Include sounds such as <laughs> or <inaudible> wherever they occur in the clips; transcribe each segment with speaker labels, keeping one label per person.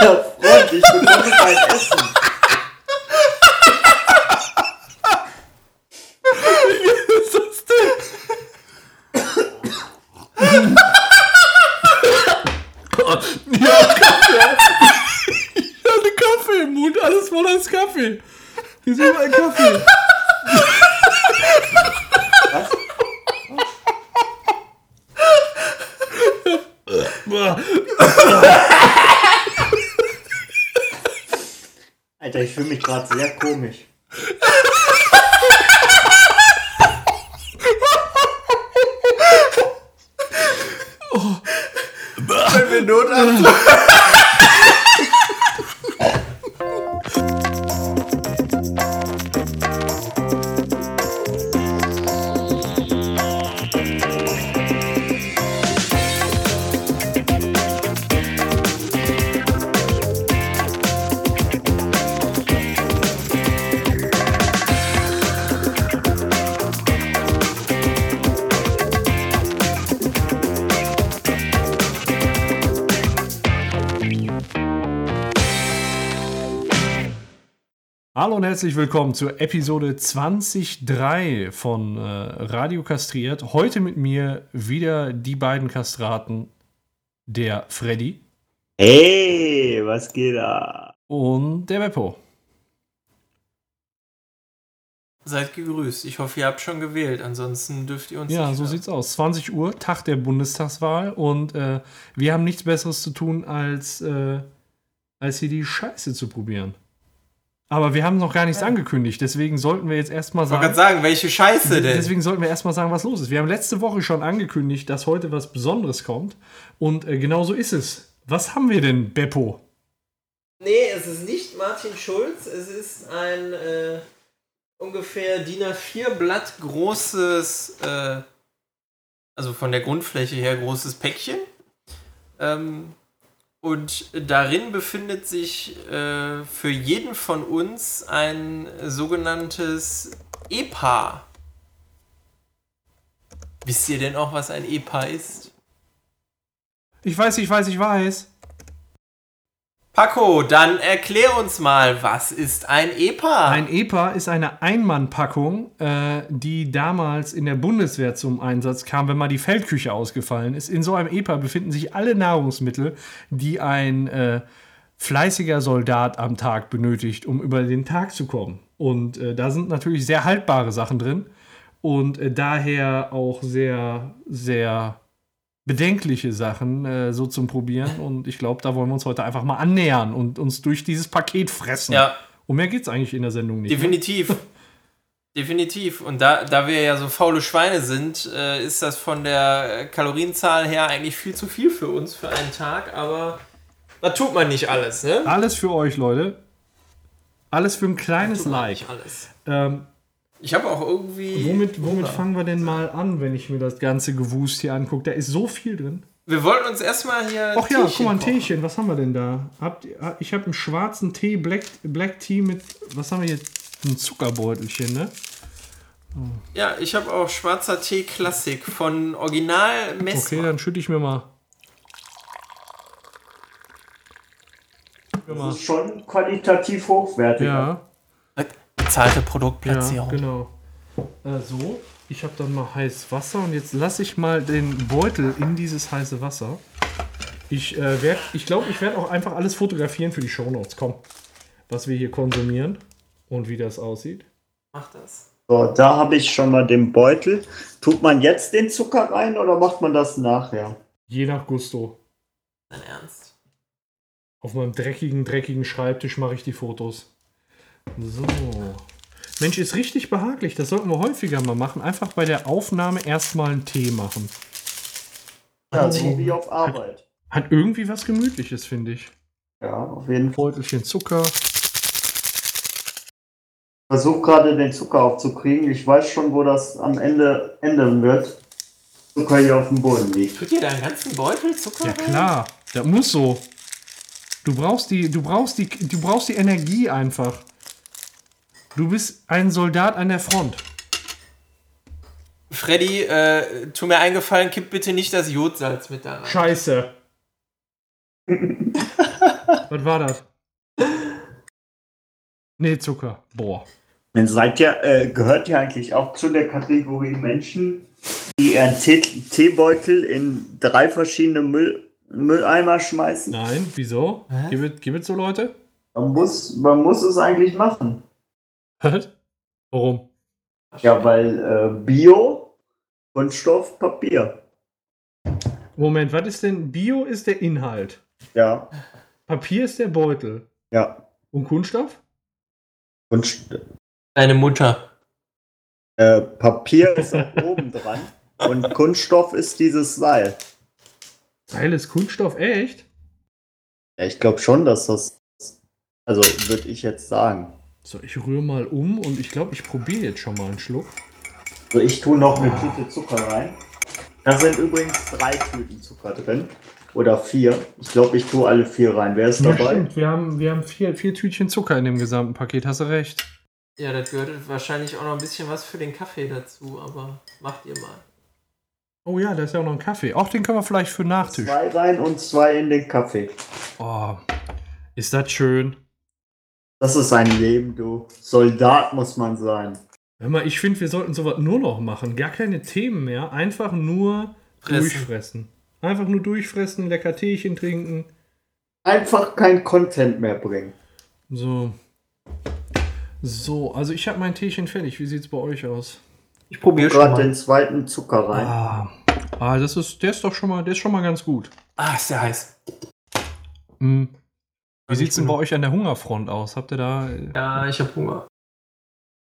Speaker 1: Ja, Freund, ich bekomme kein Essen.
Speaker 2: Ich hatte Kaffee im Mund, alles voll als Kaffee. Hier ist überall Kaffee.
Speaker 1: Was?
Speaker 2: Boah.
Speaker 1: Alter, ich fühle mich gerade sehr komisch.
Speaker 3: Wenn wir Notarzt
Speaker 2: Hallo und herzlich willkommen zur Episode 23 von äh, Radio Kastriert. Heute mit mir wieder die beiden Kastraten, der Freddy
Speaker 1: Hey, was geht da?
Speaker 2: und der Beppo.
Speaker 3: Seid gegrüßt. Ich hoffe, ihr habt schon gewählt. Ansonsten dürft ihr uns
Speaker 2: Ja,
Speaker 3: nicht
Speaker 2: so
Speaker 3: hören.
Speaker 2: sieht's aus. 20 Uhr, Tag der Bundestagswahl und äh, wir haben nichts Besseres zu tun, als, äh, als hier die Scheiße zu probieren. Aber wir haben noch gar nichts angekündigt, deswegen sollten wir jetzt erstmal
Speaker 3: Ich wollte
Speaker 2: sagen.
Speaker 3: gerade sagen, welche Scheiße denn?
Speaker 2: Deswegen sollten wir erstmal sagen, was los ist. Wir haben letzte Woche schon angekündigt, dass heute was Besonderes kommt. Und äh, genau so ist es. Was haben wir denn, Beppo?
Speaker 4: Nee, es ist nicht Martin Schulz, es ist ein äh, ungefähr DIN A4 Blatt.
Speaker 3: Blatt großes, äh, also von der Grundfläche her großes Päckchen. Ähm, und darin befindet sich äh, für jeden von uns ein sogenanntes EPA. Wisst ihr denn auch, was ein EPA ist?
Speaker 2: Ich weiß, ich weiß, ich weiß.
Speaker 3: Paco, dann erklär uns mal, was ist ein EPA?
Speaker 2: Ein EPA ist eine Einmannpackung, äh, die damals in der Bundeswehr zum Einsatz kam, wenn mal die Feldküche ausgefallen ist. In so einem EPA befinden sich alle Nahrungsmittel, die ein äh, fleißiger Soldat am Tag benötigt, um über den Tag zu kommen. Und äh, da sind natürlich sehr haltbare Sachen drin und äh, daher auch sehr, sehr bedenkliche Sachen äh, so zum Probieren. Und ich glaube, da wollen wir uns heute einfach mal annähern und uns durch dieses Paket fressen.
Speaker 3: ja,
Speaker 2: Um mehr geht's eigentlich in der Sendung nicht.
Speaker 3: Definitiv. Definitiv. Und da, da wir ja so faule Schweine sind, äh, ist das von der äh, Kalorienzahl her eigentlich viel zu viel für uns für einen Tag, aber da tut man nicht alles, ne?
Speaker 2: Alles für euch, Leute. Alles für ein kleines
Speaker 3: Tut man
Speaker 2: Like.
Speaker 3: nicht alles.
Speaker 2: Ähm,
Speaker 3: Ich habe auch irgendwie.
Speaker 2: womit womit fangen wir denn mal an, wenn ich mir das ganze Gewust hier angucke? Da ist so viel drin.
Speaker 3: Wir wollten uns erstmal hier.
Speaker 2: Ach ja, guck mal, ein
Speaker 3: kochen.
Speaker 2: Teechen. Was haben wir denn da? Habt, ihr- ah, ich habe einen schwarzen Tee, Black, Black Tea mit, was haben wir hier? Ein Zuckerbeutelchen, ne?
Speaker 3: Ja, ich habe auch schwarzer Tee Klassik von Original
Speaker 2: Okay,
Speaker 3: Messmer.
Speaker 2: dann schütte ich mir mal.
Speaker 1: Das ist schon qualitativ hochwertig.
Speaker 2: Ja,
Speaker 3: Bezahlte
Speaker 2: ja
Speaker 3: Produktplatzierung.
Speaker 2: genau. Äh, so, ich habe dann mal heißes Wasser und jetzt lasse ich mal den Beutel in dieses heiße Wasser. Ich äh, werde, ich glaube, ich werde auch einfach alles fotografieren für die Shownotes. Komm, was wir hier konsumieren und wie das aussieht.
Speaker 3: Mach das.
Speaker 1: So, da habe ich schon mal den Beutel. Tut man jetzt den Zucker rein oder macht man das nachher?
Speaker 2: Je nach Gusto.
Speaker 3: Dein Ernst.
Speaker 2: Auf meinem dreckigen, dreckigen Schreibtisch mache ich die Fotos. So. Mensch, ist richtig behaglich. Das sollten wir häufiger mal machen. Einfach bei der Aufnahme erstmal einen Tee machen.
Speaker 1: Ja,
Speaker 2: also-
Speaker 1: also- so wie auf Arbeit.
Speaker 2: Hat irgendwie was Gemütliches, finde ich.
Speaker 1: Ja, auf jeden Fall.
Speaker 2: Beutelchen Zucker.
Speaker 1: Ich versuche gerade den Zucker aufzukriegen. Ich weiß schon, wo das am Ende enden wird. Zucker hier auf dem Boden liegt.
Speaker 3: Tut ihr deinen ganzen Beutel Zucker
Speaker 2: Ja
Speaker 3: rein?
Speaker 2: klar, das muss so. Du brauchst die, du brauchst die, du brauchst die Energie einfach. Du bist ein Soldat an der Front.
Speaker 3: Freddy, äh, tu mir eingefallen, kipp bitte nicht das Jodsalz mit da rein.
Speaker 2: Scheiße. Was war das? Nee, Zucker. Boah.
Speaker 1: Dann seid ihr, äh, gehört ihr eigentlich auch zu der Kategorie Menschen, die ihren Te- Teebeutel in drei verschiedene Müll Mülleimer schmeißen?
Speaker 2: Nein, wieso?
Speaker 3: Hä?
Speaker 2: Gibt es- gibt es so Leute?
Speaker 1: Man muss, man muss es eigentlich machen.
Speaker 2: Was? Warum?
Speaker 1: Ja, weil äh, Bio, Kunststoff, Papier.
Speaker 2: Moment, was ist denn? Bio ist der Inhalt.
Speaker 1: Ja,
Speaker 2: Papier ist der Beutel.
Speaker 1: ja.
Speaker 2: Und Kunststoff?
Speaker 1: Und
Speaker 3: Deine Mutter.
Speaker 1: äh, Papier ist auch oben dran und Kunststoff ist dieses Seil.
Speaker 2: Seil ist Kunststoff, echt?
Speaker 1: Ja, ich glaube schon, dass das. Also würde ich jetzt sagen.
Speaker 2: So, ich rühre mal um und ich glaube, ich probiere jetzt schon mal einen Schluck.
Speaker 1: So, Also ich tue noch eine Tüte Zucker rein. Da sind übrigens drei Tüten Zucker drin. Oder vier. Ich glaube, ich tue alle vier rein. Wer ist dabei?
Speaker 2: Wir haben, wir haben vier, vier Tütchen Zucker in dem gesamten Paket, hast du recht.
Speaker 3: Ja, das gehört wahrscheinlich auch noch ein bisschen was für den Kaffee dazu, aber macht ihr mal.
Speaker 2: Oh ja, da ist ja auch noch ein Kaffee. Auch den können wir vielleicht für Nachtisch.
Speaker 1: Zwei rein und zwei in den Kaffee.
Speaker 2: Oh, ist das schön.
Speaker 1: Das ist ein Leben, du. Soldat muss man sein.
Speaker 2: Hör mal, ich finde, wir sollten sowas nur noch machen. Gar keine Themen mehr. Einfach nur
Speaker 3: Fressen.
Speaker 2: durchfressen. Einfach nur durchfressen, lecker Teechen trinken.
Speaker 1: Einfach kein Content mehr bringen.
Speaker 2: So. So, also ich habe mein Teechen fertig. Wie sieht's bei euch aus?
Speaker 3: Ich
Speaker 2: Oh
Speaker 3: probiere
Speaker 1: Gerade den zweiten Zucker rein.
Speaker 2: Ah, ah das ist, der ist doch schon mal, der ist schon mal ganz gut.
Speaker 3: Ah, ist der heiß.
Speaker 2: Hm. Wie
Speaker 3: Also ich
Speaker 2: sieht's denn
Speaker 3: bin-
Speaker 2: bei euch an der Hungerfront aus? Habt ihr da äh,
Speaker 3: Ja, ich habe Hunger.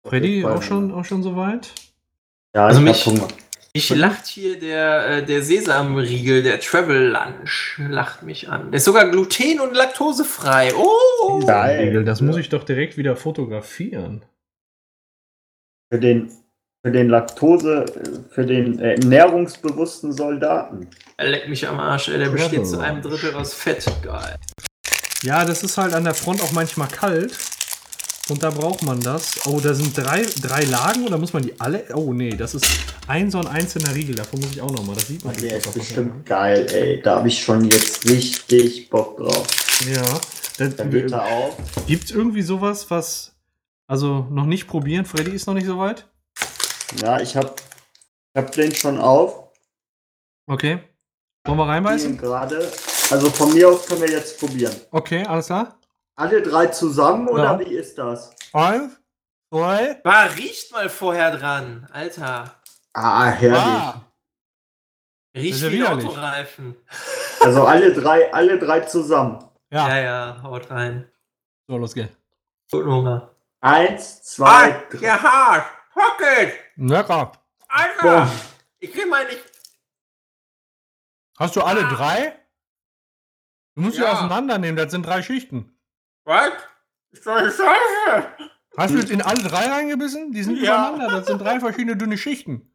Speaker 2: Freddy
Speaker 1: jeden Fall.
Speaker 2: auch schon, auch schon so weit?
Speaker 1: Ja,
Speaker 3: also
Speaker 1: ich
Speaker 3: mich-
Speaker 1: hab Hunger.
Speaker 3: Mich lacht hier der, äh, der Sesamriegel, der Travel Lunch, lacht mich an. Der ist sogar gluten- und laktosefrei. Oh!
Speaker 1: Geil.
Speaker 2: Regel, Das muss ich doch direkt wieder fotografieren.
Speaker 1: Für den, für den Laktose, für den ernährungsbewussten Soldaten.
Speaker 3: Er leckt mich am Arsch, ey. Der
Speaker 2: Travel
Speaker 3: besteht zu einem
Speaker 2: Lunch.
Speaker 3: Drittel aus Fett. Geil.
Speaker 2: Ja, das ist halt an der Front auch manchmal kalt. Und da braucht man das. Oh, da sind drei, drei Lagen oder muss man die alle? Oh, nee, das ist ein so ein einzelner Riegel. Davon muss ich auch nochmal. Das sieht man
Speaker 1: Der ist
Speaker 2: auch noch.
Speaker 1: bestimmt geil, ey. Da habe ich schon jetzt richtig Bock drauf.
Speaker 2: Ja.
Speaker 1: Dann geht er
Speaker 2: Dann,
Speaker 1: auf.
Speaker 2: gibt's irgendwie sowas, was. Also noch nicht probieren. Freddy ist noch nicht so weit.
Speaker 1: Ja, ich hab, ich hab den schon auf.
Speaker 2: Okay. Wollen wir
Speaker 1: Den
Speaker 2: reinbeißen?
Speaker 1: gerade. Also von mir aus können wir jetzt probieren.
Speaker 2: Okay, alles klar.
Speaker 1: Alle drei zusammen oder
Speaker 2: Ja.
Speaker 1: wie ist das?
Speaker 2: Eins, zwei,
Speaker 3: Bah, riecht mal vorher dran. Alter.
Speaker 1: Ah, herrlich.
Speaker 3: Riecht
Speaker 2: ist ja
Speaker 3: wie ein
Speaker 2: widerlich.
Speaker 3: Autoreifen.
Speaker 1: Also alle drei, alle drei zusammen.
Speaker 2: Ja.
Speaker 3: Ja, ja, haut rein.
Speaker 2: So, los geht's.
Speaker 3: Guten Hunger.
Speaker 1: Eins, zwei, drei.
Speaker 3: der Haar. Rocket.
Speaker 2: Lecker.
Speaker 3: Alter.
Speaker 1: Boom.
Speaker 3: Ich krieg mal nicht.
Speaker 2: Hast du alle drei? Du musst sie
Speaker 3: Ja.
Speaker 2: auseinandernehmen, das sind drei Schichten.
Speaker 3: Was? Ist doch eine Scheiße.
Speaker 2: Hast du jetzt in alle drei reingebissen? Die sind
Speaker 3: Hm. Ja.
Speaker 2: übereinander, das sind drei verschiedene dünne Schichten.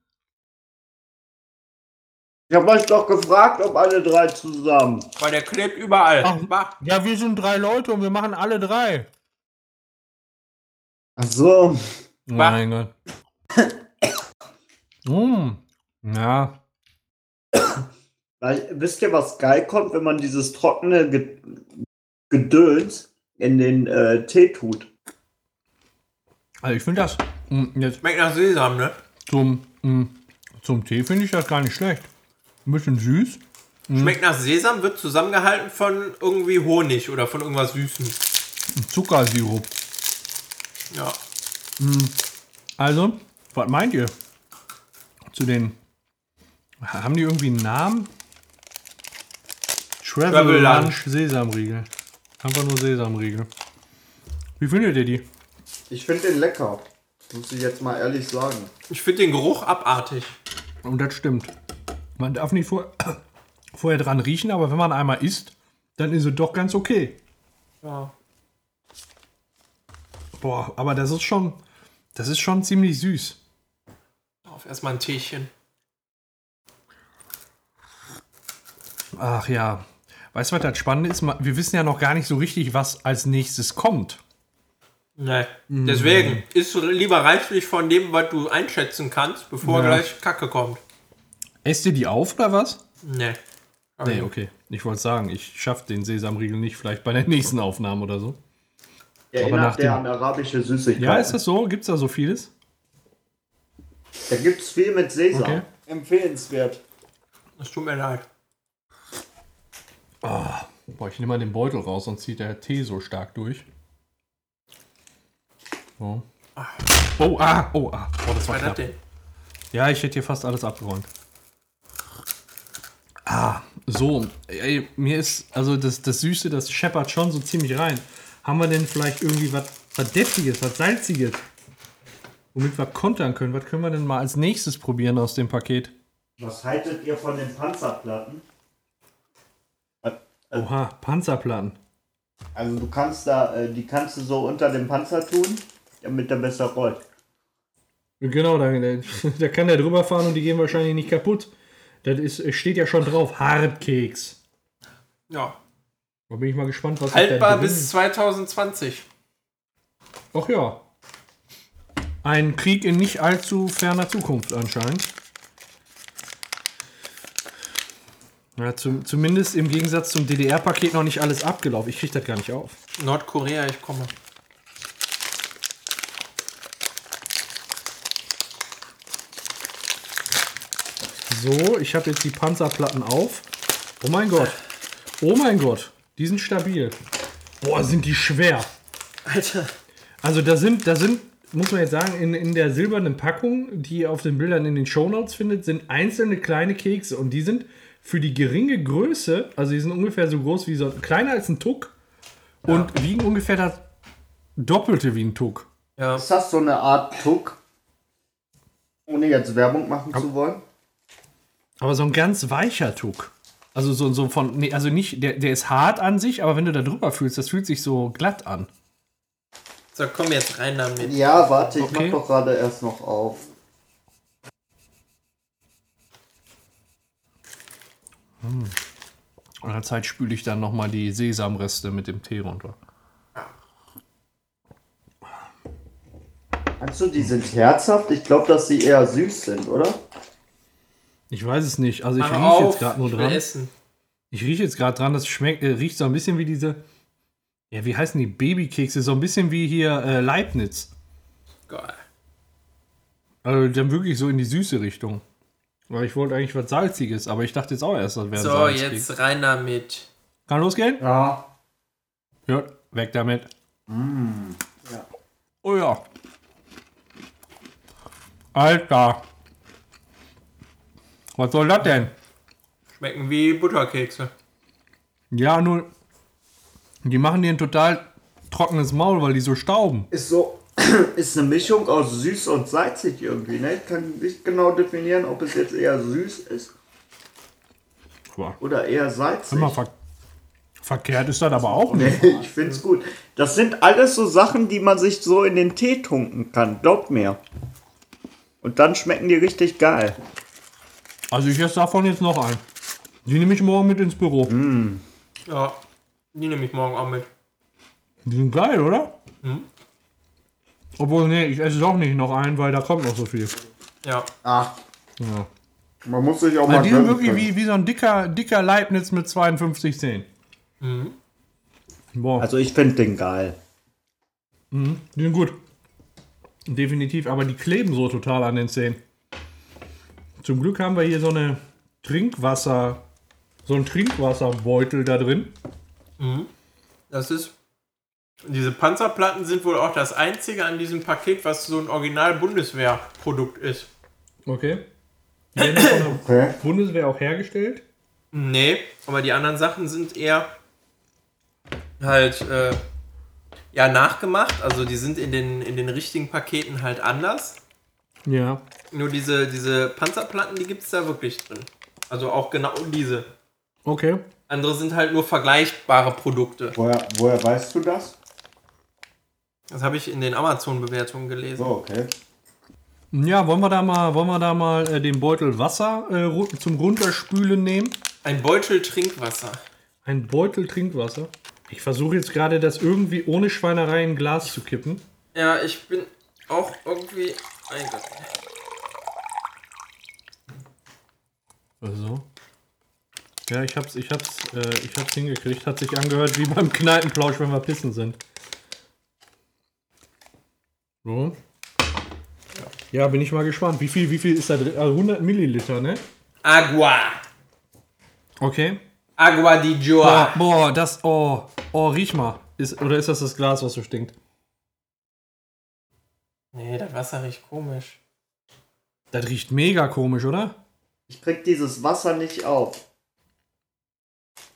Speaker 1: Ich habe euch doch gefragt, ob alle drei zusammen.
Speaker 3: Weil der klebt überall.
Speaker 2: Ach.
Speaker 3: Bah.
Speaker 2: Ja, wir sind drei Leute und wir machen alle drei.
Speaker 1: Ach so.
Speaker 3: <laughs>
Speaker 2: Mein Gott. mm. Ja.
Speaker 1: Weil, wisst ihr, was geil kommt, wenn man dieses trockene Ge Gedöns in den äh, Tee tut?
Speaker 2: Also ich finde das mm, jetzt
Speaker 3: Schmeckt nach Sesam, ne?
Speaker 2: zum, mm, zum Tee finde ich das gar nicht schlecht. Ein bisschen süß.
Speaker 3: Schmeckt nach Sesam, wird zusammengehalten von irgendwie Honig oder von irgendwas Süßem.
Speaker 2: Ein Zuckersirup.
Speaker 3: Ja.
Speaker 2: Also, was meint ihr? Zu den. Haben die irgendwie einen Namen? Travel,
Speaker 3: Travel
Speaker 2: Lunch,
Speaker 3: Lunch.
Speaker 2: Sesamriegel. Einfach nur Sesamriegel. Wie findet ihr die?
Speaker 1: Ich finde den lecker. Muss ich jetzt mal ehrlich sagen.
Speaker 3: Ich finde den Geruch abartig.
Speaker 2: Und das stimmt. Man darf nicht vor, <coughs> vorher dran riechen, aber wenn man einmal isst, dann ist es doch ganz okay.
Speaker 3: Ja.
Speaker 2: Boah, aber das ist schon. Das ist schon ziemlich süß.
Speaker 3: Auf erstmal ein Teechen.
Speaker 2: Ach ja. Weißt du, was das Spannende ist? Wir wissen ja noch gar nicht so richtig, was als nächstes kommt.
Speaker 3: Nee.
Speaker 2: Mhm.
Speaker 3: Deswegen ist lieber reichlich von dem, was du einschätzen kannst, bevor
Speaker 2: Ja.
Speaker 3: gleich Kacke kommt.
Speaker 2: Esst ihr die auf oder was?
Speaker 3: Nee.
Speaker 2: Nee, okay. Ich wollte sagen, ich schaffe den Sesamriegel nicht, vielleicht bei der <laughs> nächsten Aufnahme oder so.
Speaker 1: Erinnert
Speaker 2: nach
Speaker 1: der an
Speaker 2: dem-
Speaker 1: arabische Süßigkeiten.
Speaker 2: Ja, ist das so? Gibt es da so vieles?
Speaker 1: Da gibt es viel mit Sesam.
Speaker 2: Okay.
Speaker 1: Empfehlenswert.
Speaker 3: Es tut mir leid.
Speaker 2: Boah, ich nehme mal den Beutel raus, sonst zieht der Tee so stark durch. So. Oh, ah, oh, ah. Boah, das
Speaker 3: Was war
Speaker 2: war
Speaker 3: das
Speaker 2: knapp.
Speaker 3: denn?
Speaker 2: Ja, ich hätte hier fast alles abgeräumt. Ah, so. Ey, mir ist, also das, das Süße, das scheppert schon so ziemlich rein. Haben wir denn vielleicht irgendwie was Verdächtiges, was Salziges? Womit wir kontern können? Was können wir denn mal als nächstes probieren aus dem Paket?
Speaker 1: Was haltet ihr von den Panzerplatten?
Speaker 2: Oha, Panzerplatten.
Speaker 1: Also du kannst da, äh, die kannst du so unter dem Panzer tun, damit der besser rollt.
Speaker 2: Genau, da, <laughs> da- da kann der drüber fahren und die gehen wahrscheinlich nicht kaputt. Das ist, steht ja schon drauf, Hartkeks.
Speaker 3: Ja.
Speaker 2: Da bin ich mal gespannt, was sich da
Speaker 3: Haltbar
Speaker 2: drin-
Speaker 3: bis 2020.
Speaker 2: Ach ja. Ein Krieg in nicht allzu ferner Zukunft anscheinend. Ja, zum, zumindest im Gegensatz zum DDR-Paket noch nicht alles abgelaufen. Ich krieg das gar nicht auf.
Speaker 3: Nordkorea, ich komme.
Speaker 2: So, ich habe jetzt die Panzerplatten auf. Oh mein Gott. Oh mein Gott. Die sind stabil. Boah, sind die schwer.
Speaker 3: Alter.
Speaker 2: Also da sind, da sind, muss man jetzt sagen, in, in der silbernen Packung, die ihr auf den Bildern in den Shownotes findet, sind einzelne kleine Kekse und die sind für die geringe Größe, also die sind ungefähr so groß wie so, kleiner als ein Tuck und wiegen ungefähr das Doppelte wie ein Tuck.
Speaker 3: Ja.
Speaker 1: Ist das so eine Art Tuck? Ohne jetzt Werbung machen zu wollen.
Speaker 2: Aber so ein ganz weicher Tuck. Also so, so von, nee, also nicht, der, der ist hart an sich, aber wenn du da drüber fühlst, das fühlt sich so glatt an.
Speaker 3: So, komm jetzt rein damit.
Speaker 1: Ja, warte, ich
Speaker 2: Okay.
Speaker 1: mach doch gerade erst noch auf.
Speaker 2: Und der Zeit spüle ich dann nochmal die Sesamreste mit dem Tee runter.
Speaker 1: Meinst du, die sind herzhaft? Ich glaube, dass sie eher süß sind, oder?
Speaker 2: Ich weiß es nicht. Also ich
Speaker 3: Mach
Speaker 2: rieche
Speaker 3: auf,
Speaker 2: jetzt gerade nur
Speaker 3: ich will
Speaker 2: dran.
Speaker 3: essen.
Speaker 2: Ich rieche jetzt gerade dran, das schmeckt, äh, riecht so ein bisschen wie diese, ja, wie heißen die Babykekse? So ein bisschen wie hier äh, Leibniz.
Speaker 3: Geil.
Speaker 2: Also dann wirklich so in die süße Richtung. Weil ich wollte eigentlich was Salziges, aber ich dachte jetzt auch erst, das wäre
Speaker 3: So, jetzt rein damit.
Speaker 2: Kann losgehen?
Speaker 1: Ja.
Speaker 2: Ja, weg damit. Oh ja. Alter. Was soll das denn?
Speaker 3: Schmecken wie Butterkekse.
Speaker 2: Ja, nur, die machen dir ein total trockenes Maul, weil die so stauben.
Speaker 1: Ist so, <clears throat> ist eine Mischung aus süß und salzig irgendwie, ne? Ich kann nicht genau definieren, ob es jetzt eher süß ist
Speaker 2: Boah.
Speaker 1: oder eher salzig.
Speaker 2: Immer ver verkehrt ist das aber auch nicht.
Speaker 1: Nee, <laughs> ich find's gut. Das sind alles so Sachen, die man sich so in den Tee tunken kann, glaubt mir. Und dann schmecken die richtig geil.
Speaker 2: Also ich esse davon jetzt noch ein. Die nehme ich morgen mit ins Büro.
Speaker 3: Ja. Die nehme ich morgen auch mit.
Speaker 2: Die sind geil, oder? Obwohl, nee, ich esse doch nicht noch einen, weil da kommt noch so viel.
Speaker 3: Ja.
Speaker 1: Ach,
Speaker 2: Ja.
Speaker 1: Ah, man muss sich auch
Speaker 2: Also
Speaker 1: mal
Speaker 2: die sind
Speaker 1: gönnen
Speaker 2: wirklich
Speaker 1: können.
Speaker 2: wie, wie so ein dicker, dicker Leibniz mit 52 Zehen. Boah,
Speaker 1: Also ich find den geil.
Speaker 2: die sind gut. Definitiv, aber die kleben so total an den Zähnen. Zum Glück haben wir hier so eine Trinkwasser, so einen Trinkwasserbeutel da drin.
Speaker 3: Das ist. Diese Panzerplatten sind wohl auch das einzige an diesem Paket, was so ein Original-Bundeswehr-Produkt ist.
Speaker 2: Okay. Die werden von der
Speaker 1: Okay.
Speaker 2: Bundeswehr auch hergestellt.
Speaker 3: Nee, aber die anderen Sachen sind eher halt äh, ja nachgemacht. Also die sind in den, in den richtigen Paketen halt anders.
Speaker 2: Ja.
Speaker 3: Nur diese, diese Panzerplatten, die gibt es da wirklich drin. Also auch genau diese.
Speaker 2: Okay.
Speaker 3: Andere sind halt nur vergleichbare Produkte.
Speaker 1: Woher, woher weißt du das?
Speaker 3: Das habe ich in den Amazon-Bewertungen gelesen.
Speaker 1: okay.
Speaker 2: Ja, wollen wir da mal, wollen wir da mal äh, den Beutel Wasser äh, ru- zum Runterspülen nehmen?
Speaker 3: Ein Beutel Trinkwasser.
Speaker 2: Ein Beutel Trinkwasser. Ich versuche jetzt gerade, das irgendwie ohne Schweinerei in ein Glas zu kippen.
Speaker 3: Ja, ich bin auch irgendwie. Mein Gott.
Speaker 2: Also. Ja, ich hab's, ich hab's, äh, ich hab's hingekriegt. Hat sich angehört wie beim Kneipenplausch, wenn wir pissen sind. So. Ja, bin ich mal gespannt. Wie viel, wie viel ist da drin? Also 100 Milliliter, ne?
Speaker 3: Agua.
Speaker 2: Okay.
Speaker 3: Agua di Joa.
Speaker 2: Boah, boah, das, oh, oh, riech mal. Ist, oder ist das das Glas, was so stinkt?
Speaker 3: Nee, das Wasser riecht komisch.
Speaker 2: Das riecht mega komisch, oder?
Speaker 1: Ich krieg dieses Wasser nicht auf.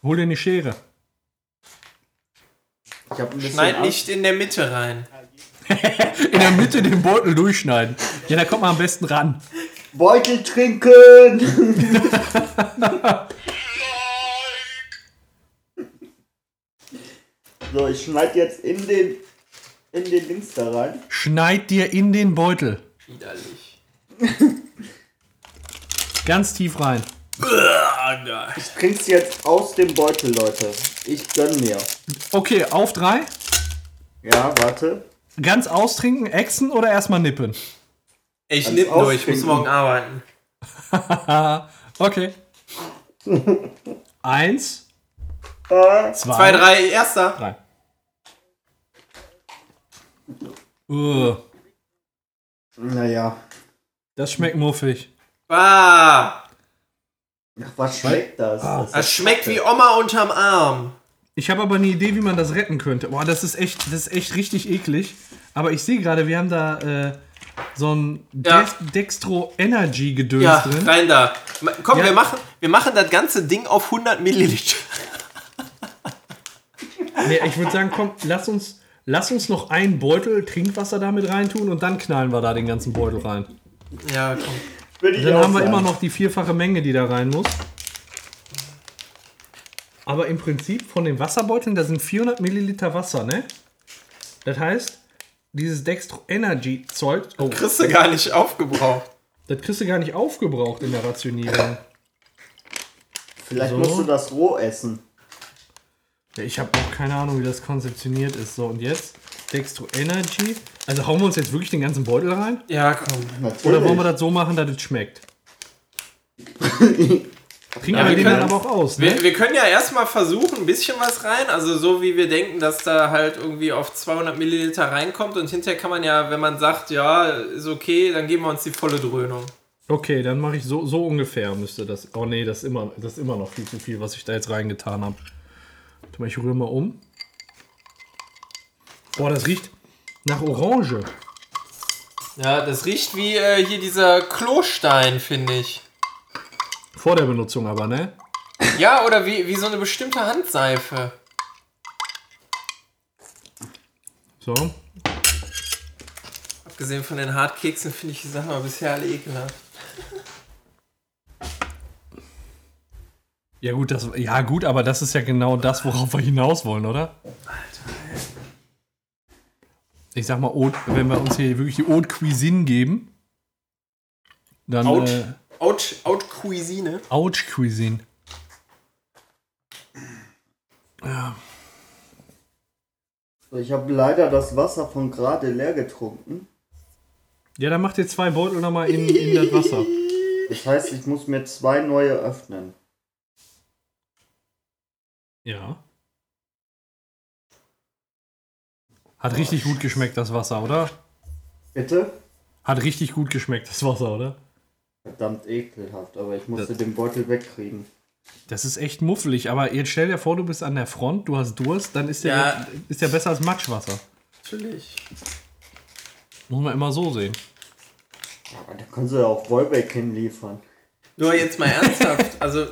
Speaker 2: Hol dir eine Schere.
Speaker 1: Ich hab ein bisschen
Speaker 3: Schneid
Speaker 1: Angst.
Speaker 3: nicht in der Mitte rein.
Speaker 2: In der Mitte den Beutel durchschneiden. Ja, da kommt man am besten ran.
Speaker 1: Beutel trinken! <laughs> so, ich schneide jetzt in den, in den Dings da rein.
Speaker 2: Schneid dir in den Beutel.
Speaker 3: Widerlich.
Speaker 2: Ganz tief rein.
Speaker 3: Uah, da.
Speaker 1: Ich trink's jetzt aus dem Beutel, Leute. Ich gönn mir.
Speaker 2: Okay, auf drei.
Speaker 1: Ja, warte.
Speaker 2: Ganz austrinken, ächzen oder erstmal nippen?
Speaker 3: Ich
Speaker 1: Kannst
Speaker 3: nipp nur, ich muss
Speaker 1: ausklinken.
Speaker 3: morgen arbeiten. <laughs>
Speaker 2: Okay. Eins,
Speaker 1: Ah,
Speaker 2: zwei,
Speaker 3: Zwei, drei, erster.
Speaker 2: drei. Uh,
Speaker 1: naja.
Speaker 2: das schmeckt muffig.
Speaker 3: Ah,
Speaker 1: Ach, was schmeckt das?
Speaker 2: Ah.
Speaker 1: ist
Speaker 3: das schmeckt wie Oma unterm Arm.
Speaker 2: Ich habe aber eine Idee, wie man das retten könnte. Boah, das ist echt, das ist echt richtig eklig. Aber ich sehe gerade, wir haben da äh, so ein
Speaker 3: Ja.
Speaker 2: Dex- Dextro Energy Gedöns
Speaker 3: Ja,
Speaker 2: drin.
Speaker 3: rein da. Ma- Komm,
Speaker 2: Ja.
Speaker 3: wir, machen, wir machen das ganze Ding auf 100 Milliliter.
Speaker 2: Nee, ich würde sagen, komm, lass uns, lass uns noch einen Beutel Trinkwasser damit reintun und dann knallen wir da den ganzen Beutel rein.
Speaker 3: Ja, komm.
Speaker 1: Würde ich
Speaker 2: Dann
Speaker 1: auch
Speaker 2: haben wir
Speaker 1: sagen.
Speaker 2: immer noch die vierfache Menge, die da rein muss. Aber im Prinzip von den Wasserbeuteln, da sind 400 Milliliter Wasser, ne? Das heißt, dieses Dextro Energy Zeug, oh,
Speaker 3: Kriegst du gar nicht aufgebraucht.
Speaker 2: das kriegst du gar nicht aufgebraucht in der Rationierung.
Speaker 1: Vielleicht
Speaker 2: So.
Speaker 1: musst du das roh essen.
Speaker 2: Ja, ich habe auch keine Ahnung, wie das konzeptioniert ist. So, und jetzt Dextro Energy. Also hauen wir uns jetzt wirklich den ganzen Beutel rein?
Speaker 3: Ja, komm.
Speaker 1: Natürlich.
Speaker 2: Oder wollen wir das so machen, dass es schmeckt?
Speaker 1: <laughs>
Speaker 2: Trinken
Speaker 3: Ja,
Speaker 2: wir
Speaker 3: wir
Speaker 2: den
Speaker 3: können-
Speaker 2: dann aber auch aus, ne?
Speaker 3: Wir, wir können ja erstmal versuchen, ein bisschen was rein. Also so wie wir denken, dass da halt irgendwie auf 200 Milliliter reinkommt. Und hinterher kann man ja, wenn man sagt, ja, ist okay, dann geben wir uns die volle Dröhnung.
Speaker 2: Okay, dann mache ich so, so ungefähr müsste das. Oh nee, das ist immer, das ist immer noch viel zu viel, was ich da jetzt reingetan habe. Warte mal, ich rühre mal um. Boah, das riecht nach Orange.
Speaker 3: Ja, das riecht wie äh, hier dieser Klostein, finde ich.
Speaker 2: Vor der Benutzung aber, ne?
Speaker 3: Ja, oder wie, wie so eine bestimmte Handseife.
Speaker 2: So.
Speaker 3: Abgesehen von den Hartkeksen finde ich die Sachen aber bisher alle ekelhaft.
Speaker 2: Ja gut, das, ja gut, aber das ist ja genau das, worauf wir hinaus wollen, oder? Ich sag mal, Haute, wenn wir uns hier wirklich die Haute Cuisine geben, dann
Speaker 3: Out,
Speaker 2: äh,
Speaker 3: out, out Cuisine.
Speaker 2: Ouch Cuisine.
Speaker 1: Ich habe leider das Wasser von gerade leer getrunken.
Speaker 2: Ja, dann macht ihr zwei Beutel nochmal in, in das Wasser.
Speaker 1: Das heißt, ich muss mir zwei neue öffnen.
Speaker 2: Ja. Hat richtig gut geschmeckt, das Wasser, oder?
Speaker 1: Bitte?
Speaker 2: Hat richtig gut geschmeckt, das Wasser, oder?
Speaker 1: Verdammt ekelhaft, aber ich musste den Beutel wegkriegen.
Speaker 2: Das ist echt muffelig, aber jetzt stell dir vor, du bist an der Front, du hast Durst, dann ist der,
Speaker 3: Ja.
Speaker 2: ist der besser als Matschwasser.
Speaker 3: Natürlich.
Speaker 2: Muss man immer so sehen.
Speaker 1: Aber da können sie ja auch Rollback hinliefern.
Speaker 3: Nur jetzt mal ernsthaft. Also,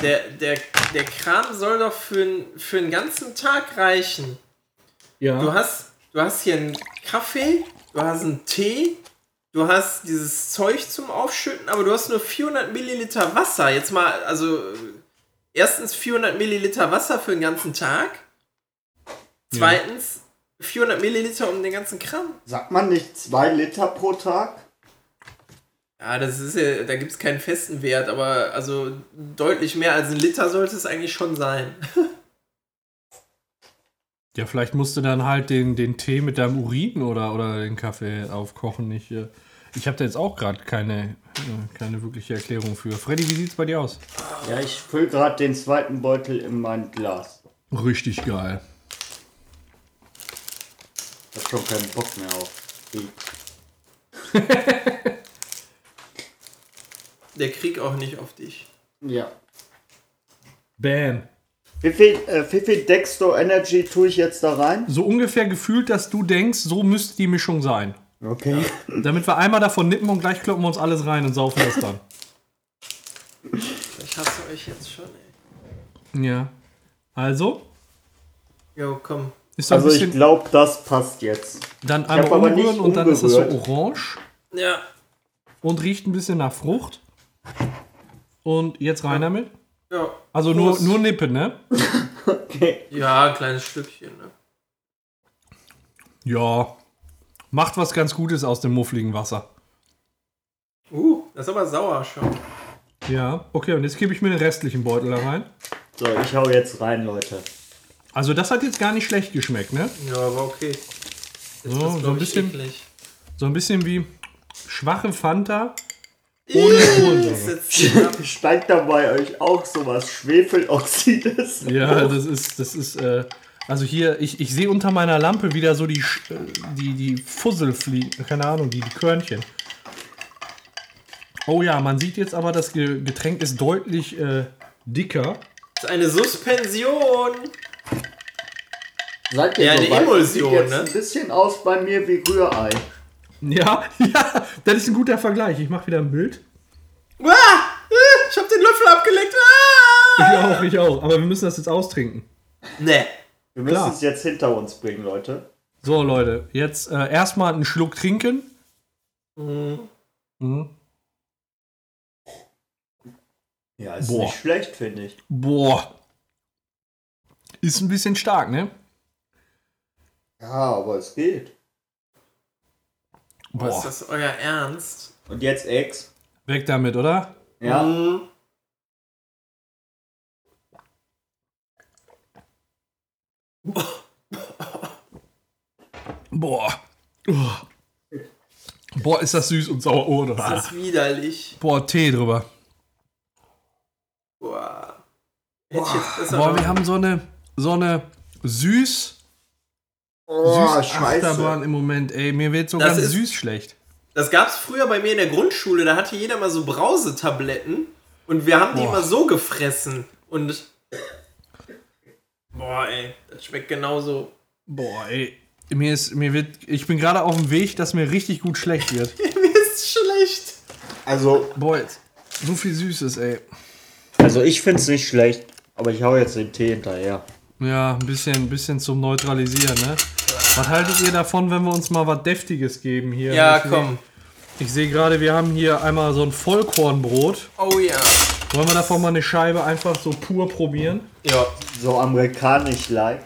Speaker 3: der, der, der Kram soll doch für, n- für einen ganzen Tag reichen. Du
Speaker 2: Ja.
Speaker 3: hast, du hast hier einen Kaffee, du hast einen Tee, du hast dieses Zeug zum Aufschütten, aber du hast nur 400 Milliliter Wasser. Jetzt mal, also äh, erstens 400 Milliliter Wasser für den ganzen Tag. Zweitens 400 Milliliter um den ganzen Kram.
Speaker 1: Sagt man nicht zwei Liter pro Tag?
Speaker 3: Ja, das ist ja, da gibt es keinen festen Wert, aber also deutlich mehr als ein Liter sollte es eigentlich schon sein.
Speaker 2: Ja, vielleicht musst du dann halt den, den Tee mit deinem Urin oder, oder den Kaffee aufkochen, nicht. äh, Ich habe da jetzt auch gerade keine, äh, keine wirkliche Erklärung für. Freddy, wie sieht's bei dir aus?
Speaker 1: Ja, ich fülle gerade den zweiten Beutel in mein Glas.
Speaker 2: Richtig geil.
Speaker 1: Ich hab schon keinen Bock mehr auf. Krieg.
Speaker 3: Der Krieg auch nicht auf dich.
Speaker 1: Ja.
Speaker 2: Bam.
Speaker 1: Wie viel, äh, wie viel Dextro Energy tue ich jetzt da rein?
Speaker 2: So ungefähr gefühlt, dass du denkst, so müsste die Mischung sein.
Speaker 1: Okay.
Speaker 2: <laughs> Damit wir einmal davon nippen und gleich kloppen wir uns alles rein und saufen das dann.
Speaker 3: Ich hasse euch jetzt schon, ey.
Speaker 2: Ja. Also,
Speaker 3: Jo, komm.
Speaker 2: ist da ein
Speaker 1: Also ich
Speaker 2: bisschen.
Speaker 1: glaube, das passt jetzt.
Speaker 2: Dann
Speaker 1: hab
Speaker 2: einmal
Speaker 1: aber nicht
Speaker 2: umrühren und dann ist es so
Speaker 1: umgerührt.
Speaker 2: orange
Speaker 3: Ja,
Speaker 2: und riecht ein bisschen nach Frucht. Und jetzt rein damit.
Speaker 3: ja.
Speaker 2: Also nur,
Speaker 3: Prost.
Speaker 2: nur nippen, ne?
Speaker 1: Okay.
Speaker 3: Ja, ein kleines Stückchen, ne?
Speaker 2: Ja. Macht was ganz Gutes aus dem muffligen Wasser.
Speaker 3: Uh, das ist aber sauer schon.
Speaker 2: Ja. Okay, und jetzt gebe ich mir den restlichen Beutel da rein.
Speaker 1: So, ich hau jetzt rein, Leute.
Speaker 2: Also das hat jetzt gar nicht schlecht geschmeckt, ne?
Speaker 3: Ja, aber okay. Jetzt
Speaker 2: So,
Speaker 3: wird's,
Speaker 2: so
Speaker 3: glaub
Speaker 2: ein bisschen-
Speaker 3: eklig.
Speaker 2: So ein bisschen wie schwache Fanta ohne Kohlensäure.
Speaker 3: Jetzt, ja,
Speaker 1: Steigt da bei euch auch sowas Schwefeloxides?
Speaker 2: Ja, das ist, das ist, äh, also hier, ich, ich sehe unter meiner Lampe wieder so die, Sch- äh, die, die Fussel fliegen, keine Ahnung, die, die Körnchen. Oh ja, man sieht jetzt aber, das Ge- Getränk ist deutlich äh, dicker.
Speaker 3: das ist eine Suspension.
Speaker 1: Sagt ihr
Speaker 3: Ja,
Speaker 1: so
Speaker 3: eine
Speaker 1: weit?
Speaker 3: Emulsion,
Speaker 1: Sieht jetzt
Speaker 3: ne?
Speaker 1: ein bisschen aus bei mir wie Rührei.
Speaker 2: <laughs> Ja, ja, das ist ein guter Vergleich. Ich mache wieder ein Bild.
Speaker 3: Uah, äh, ich hab den Löffel abgeleckt.
Speaker 2: Ich
Speaker 3: Ah!
Speaker 2: auch, ich auch. Aber wir müssen das jetzt austrinken.
Speaker 3: Nee.
Speaker 1: Wir müssen
Speaker 2: Klar.
Speaker 1: es jetzt hinter uns bringen, Leute.
Speaker 2: So, Leute, jetzt äh, erstmal einen Schluck trinken. Mhm.
Speaker 1: Ja, ist
Speaker 2: Boah.
Speaker 1: nicht schlecht, finde ich.
Speaker 2: Boah. Ist ein bisschen stark, ne?
Speaker 1: Ja, aber es geht.
Speaker 3: Boah. Ist
Speaker 2: Boah.
Speaker 3: das euer Ernst?
Speaker 1: Und jetzt Ex.
Speaker 2: Weg damit, oder?
Speaker 1: Ja.
Speaker 3: Mhm.
Speaker 2: Boah. Uah. Boah, ist das süß und sauer. Oh,
Speaker 3: Ist das
Speaker 2: das
Speaker 3: widerlich.
Speaker 2: Boah, Tee drüber.
Speaker 3: Boah. Hätte ich jetzt besser
Speaker 2: Boah,
Speaker 3: noch-
Speaker 2: wir haben so eine, so eine süß,
Speaker 1: Oh,
Speaker 2: süß Achterbahn im Moment. Ey, mir wird so
Speaker 3: Das
Speaker 2: ganz
Speaker 3: ist-
Speaker 2: süß schlecht.
Speaker 3: Das gab's früher bei mir in der Grundschule, da hatte jeder mal so Brausetabletten und wir haben die
Speaker 2: Boah.
Speaker 3: immer so gefressen und Boah, ey, das schmeckt genauso.
Speaker 2: Boah, ey. Mir ist, mir wird, ich bin gerade auf dem Weg, dass mir richtig gut schlecht wird.
Speaker 3: <laughs> Mir ist schlecht.
Speaker 1: Also,
Speaker 2: Boah, jetzt, so viel Süßes, ey.
Speaker 1: also ich finde es nicht schlecht, aber ich hau jetzt den Tee hinterher.
Speaker 2: Ja, ein bisschen, ein bisschen zum Neutralisieren, ne? Was haltet ihr davon, wenn wir uns mal was Deftiges geben hier?
Speaker 3: Ja,
Speaker 2: Ich seh-
Speaker 3: komm.
Speaker 2: Ich sehe gerade, wir haben hier einmal so ein Vollkornbrot.
Speaker 3: Oh ja.
Speaker 2: Wollen wir davon mal eine Scheibe einfach so pur probieren?
Speaker 3: Ja,
Speaker 1: So amerikanisch like.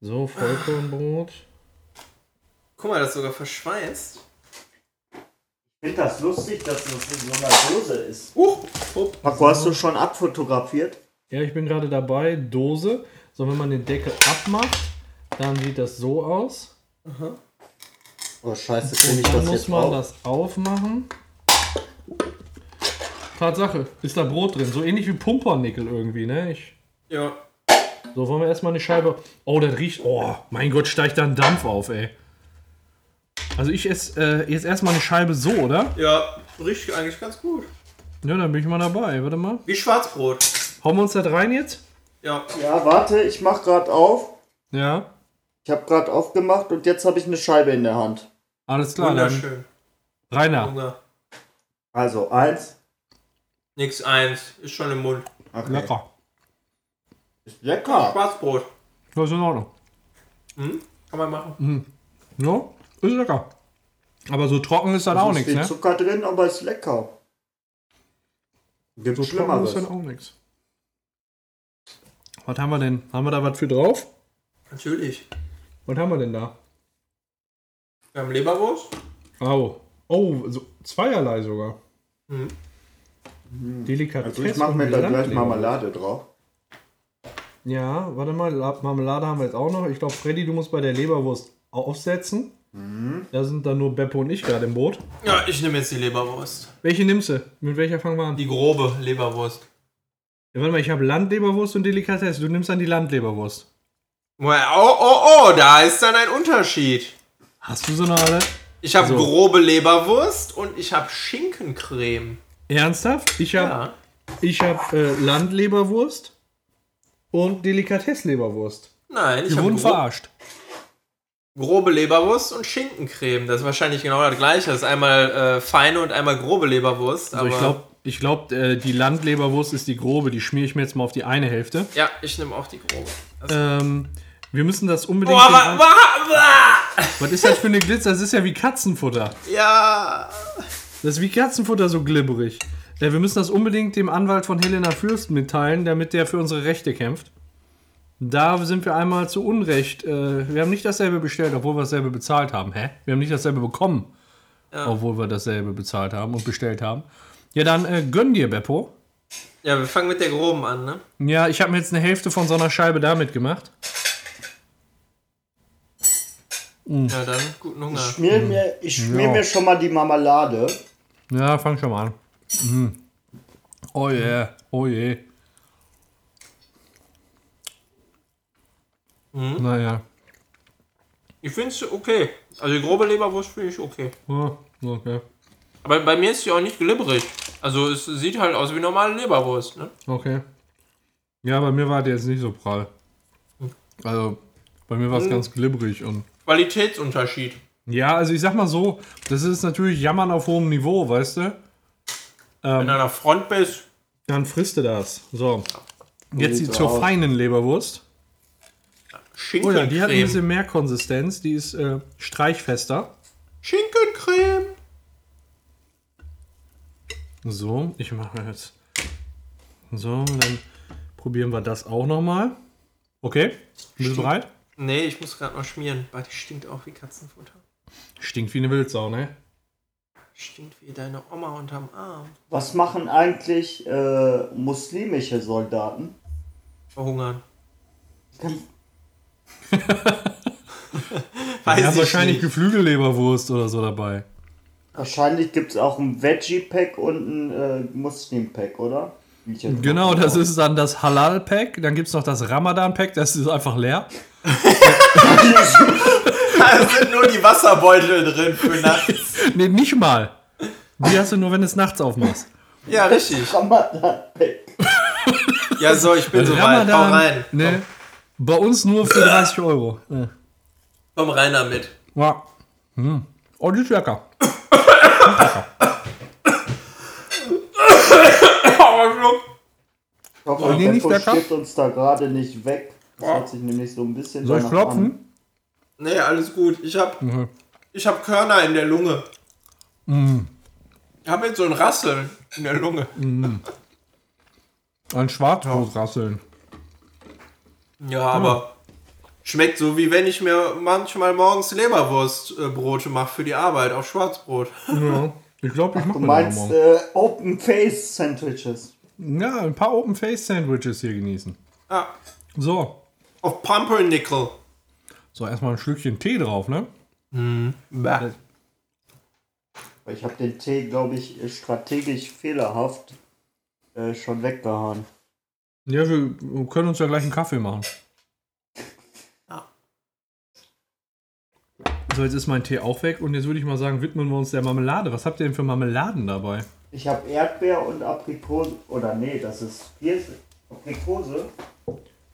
Speaker 2: So, Vollkornbrot.
Speaker 3: guck mal, das ist sogar verschweißt.
Speaker 1: Ich finde das lustig, dass das in so einer Dose ist.
Speaker 3: Huch, hup.
Speaker 1: Paco, hast du schon abfotografiert?
Speaker 2: Ja, ich bin gerade dabei. Dose. So, wenn man den Deckel abmacht, dann sieht das so aus.
Speaker 1: Oh scheiße, finde ich
Speaker 2: Dann
Speaker 1: das
Speaker 2: muss
Speaker 1: jetzt
Speaker 2: man
Speaker 1: auch.
Speaker 2: das aufmachen. Tatsache, ist da Brot drin. So ähnlich wie Pumpernickel irgendwie, ne? Ich,
Speaker 3: Ja.
Speaker 2: so, wollen wir erstmal eine Scheibe. Oh, das riecht. Oh, mein Gott, steigt da ein Dampf auf, ey. Also ich esse äh, jetzt erstmal eine Scheibe so, oder?
Speaker 3: Ja, riecht eigentlich ganz gut.
Speaker 2: Ja, dann bin ich mal dabei. Warte mal.
Speaker 3: Wie Schwarzbrot.
Speaker 2: Hauen wir uns das rein jetzt?
Speaker 3: Ja.
Speaker 1: Ja, warte, ich mach gerade auf.
Speaker 2: Ja.
Speaker 1: Ich habe gerade aufgemacht und jetzt habe ich eine Scheibe in der Hand.
Speaker 2: Alles klar, dann.
Speaker 3: Wunderschön.
Speaker 2: Rainer.
Speaker 3: Hunger.
Speaker 1: Also eins.
Speaker 3: Nix eins. Ist schon im Mund.
Speaker 1: Okay.
Speaker 2: Lecker.
Speaker 1: Ist lecker.
Speaker 3: Schwarzbrot.
Speaker 2: Das ist in Ordnung. Hm.
Speaker 3: Hm? Kann man machen.
Speaker 2: Ja, ist lecker. Aber so trocken ist dann auch
Speaker 1: ist
Speaker 2: nichts,
Speaker 1: viel
Speaker 2: ne?
Speaker 1: Also Zucker drin, aber ist lecker. Gibt
Speaker 2: So trocken ist
Speaker 1: Schlimmeres.
Speaker 2: dann auch nichts. Was haben wir denn? Haben wir da was für drauf?
Speaker 3: Natürlich.
Speaker 2: Was haben wir denn da?
Speaker 3: Wir haben Leberwurst.
Speaker 2: Au. Oh, so zweierlei sogar.
Speaker 3: Mhm. Hm.
Speaker 2: Delikatesse.
Speaker 1: Also ich mache mir
Speaker 2: und
Speaker 1: da gleich
Speaker 2: Landleber.
Speaker 1: Marmelade drauf.
Speaker 2: Ja, warte mal, La- Marmelade haben wir jetzt auch noch. Ich glaube, Freddy, du musst bei der Leberwurst aufsetzen.
Speaker 3: Mhm.
Speaker 2: Da sind dann nur Beppo und ich gerade im Boot.
Speaker 3: Ja, ich nehme jetzt die Leberwurst.
Speaker 2: Welche nimmst du? Mit welcher fangen wir an?
Speaker 3: Die grobe Leberwurst.
Speaker 2: Ja, warte mal, ich habe Landleberwurst und Delikatesse. Du nimmst dann die Landleberwurst.
Speaker 3: Oh, oh, oh, da ist dann ein Unterschied.
Speaker 2: Hast du so eine alle?
Speaker 3: Ich habe
Speaker 2: So.
Speaker 3: grobe Leberwurst und ich habe Schinkencreme.
Speaker 2: Ernsthaft? Ich habe
Speaker 3: Ja.
Speaker 2: Ich habe äh, Landleberwurst und Delikatessleberwurst.
Speaker 3: Nein, ich
Speaker 2: Die
Speaker 3: habe
Speaker 2: wurden
Speaker 3: gro
Speaker 2: verarscht.
Speaker 3: grobe Leberwurst und Schinkencreme. Das ist wahrscheinlich genau das gleiche. Das ist einmal äh, feine und einmal grobe Leberwurst.
Speaker 2: Also
Speaker 3: aber
Speaker 2: ich glaube, ich glaub, äh, die Landleberwurst ist die grobe. Die schmiere ich mir jetzt mal auf die eine Hälfte.
Speaker 3: Ja, ich nehme auch die grobe. Das
Speaker 2: Ähm, wir müssen das unbedingt...
Speaker 3: Also Boah,
Speaker 2: den
Speaker 3: wa-
Speaker 2: An-
Speaker 3: wa- wa-
Speaker 2: Was ist das für eine Glitzer? Das ist ja wie Katzenfutter.
Speaker 3: Ja.
Speaker 2: Das ist wie Katzenfutter so glibberig. Äh, wir müssen das unbedingt dem Anwalt von Helena Fürst mitteilen, damit der für unsere Rechte kämpft. Da sind wir einmal zu Unrecht. Äh, wir haben nicht dasselbe bestellt, obwohl wir dasselbe bezahlt haben. Hä? Wir haben nicht dasselbe bekommen, obwohl wir dasselbe bezahlt haben und bestellt haben. Ja, dann äh, gönn dir, Beppo.
Speaker 3: Ja, wir fangen mit der groben an, ne?
Speaker 2: Ja, ich habe mir jetzt eine Hälfte von so einer Scheibe damit gemacht. Hm.
Speaker 3: Ja, dann guten
Speaker 1: Ich
Speaker 3: Hunger.
Speaker 1: schmier, mir, ich schmier
Speaker 2: Ja.
Speaker 1: mir schon mal die Marmelade.
Speaker 2: Ja, fang schon mal an. Mhm. Oh je, oh je. Naja.
Speaker 3: Ich finde es okay. Also die grobe Leberwurst finde ich okay.
Speaker 2: Ja, Oh, okay.
Speaker 3: Aber bei mir ist sie auch nicht glibberig. Also es sieht halt aus wie normale Leberwurst, ne?
Speaker 2: Okay. Ja, bei mir war der jetzt nicht so prall. Also, bei mir war es ganz glibberig und.
Speaker 3: Qualitätsunterschied.
Speaker 2: Ja, also ich sag mal so, das ist natürlich Jammern auf hohem Niveau, weißt du?
Speaker 3: Wenn du an der Front bist,
Speaker 2: Dann frisst du das. So. Jetzt die
Speaker 1: sieht's
Speaker 2: zur
Speaker 1: aus.
Speaker 2: feinen Leberwurst. Oh ja, die hat ein
Speaker 3: Schinkencreme.
Speaker 2: bisschen mehr Konsistenz, die ist äh, streichfester.
Speaker 3: Schinkencreme.
Speaker 2: So, ich mache jetzt. So, dann probieren wir das auch nochmal. Okay, bist du bereit?
Speaker 3: Nee, ich muss gerade noch schmieren, weil die stinkt auch wie Katzenfutter.
Speaker 2: Stinkt wie eine Wildsau, ne?
Speaker 3: Stinkt wie deine Oma unterm Arm.
Speaker 1: Was machen eigentlich äh, muslimische Soldaten?
Speaker 3: Verhungern.
Speaker 1: Kann-
Speaker 3: Weiß
Speaker 2: Die haben wahrscheinlich
Speaker 3: nicht.
Speaker 2: Geflügelleberwurst oder so dabei.
Speaker 1: Wahrscheinlich gibt es auch ein Veggie-Pack und ein äh, Muslim-Pack, oder? Wie ich jetzt
Speaker 2: Genau,
Speaker 1: mal-
Speaker 2: das ist dann das Halal-Pack. Dann gibt es noch das Ramadan-Pack, das ist einfach leer. <laughs>
Speaker 3: Da sind nur die Wasserbeutel drin für nachts.
Speaker 2: Nee, nicht mal. Die hast du nur, wenn du es nachts aufmachst.
Speaker 3: Ja, richtig.
Speaker 1: Ramadan-Pack.
Speaker 3: Ja, so, ich
Speaker 2: Also
Speaker 3: bin soweit. Hau rein.
Speaker 2: ne? Bei uns nur für 30 Euro. Ja.
Speaker 3: <laughs> Komm rein damit.
Speaker 2: Ja. Hm. Oh, die ist lecker.
Speaker 1: Ich hoffe,
Speaker 2: Wollen die nicht
Speaker 1: Beppo
Speaker 2: lecker?
Speaker 1: stirbt uns da gerade nicht weg. Das hört sich nämlich so ein bisschen
Speaker 2: Soll ich
Speaker 1: danach an.
Speaker 2: klopfen?
Speaker 3: Nee, alles gut. Ich hab,
Speaker 2: Mhm.
Speaker 3: ich hab Körner in der Lunge. Ich hab jetzt so ein Rasseln in der Lunge.
Speaker 2: Ein Schwarzbrot rasseln.
Speaker 3: Ja, aber schmeckt so, wie wenn ich mir manchmal morgens Leberwurstbrote mache für die Arbeit auf Schwarzbrot.
Speaker 2: Ja. Ich glaube, ich mache
Speaker 1: Du
Speaker 2: mir das
Speaker 1: meinst
Speaker 2: morgen.
Speaker 1: äh, Open-Face-Sandwiches.
Speaker 2: Ja, ein paar Open-Face-Sandwiches hier genießen.
Speaker 3: Ah,
Speaker 2: So.
Speaker 3: auf Pumpernickel.
Speaker 2: So, erstmal ein Schlückchen Tee drauf, ne?
Speaker 3: Mhm. Bäh.
Speaker 1: Weil Ich habe den Tee, glaube ich, strategisch fehlerhaft äh, schon weggehauen.
Speaker 2: Ja, wir können uns ja gleich einen Kaffee machen. Ah.
Speaker 3: Ja.
Speaker 2: So, jetzt ist mein Tee auch weg und jetzt würde ich mal sagen, widmen wir uns der Marmelade. Was habt ihr denn für Marmeladen dabei?
Speaker 1: Ich habe Erdbeer und Aprikose. Oder nee, das ist Pfirsich. Aprikose?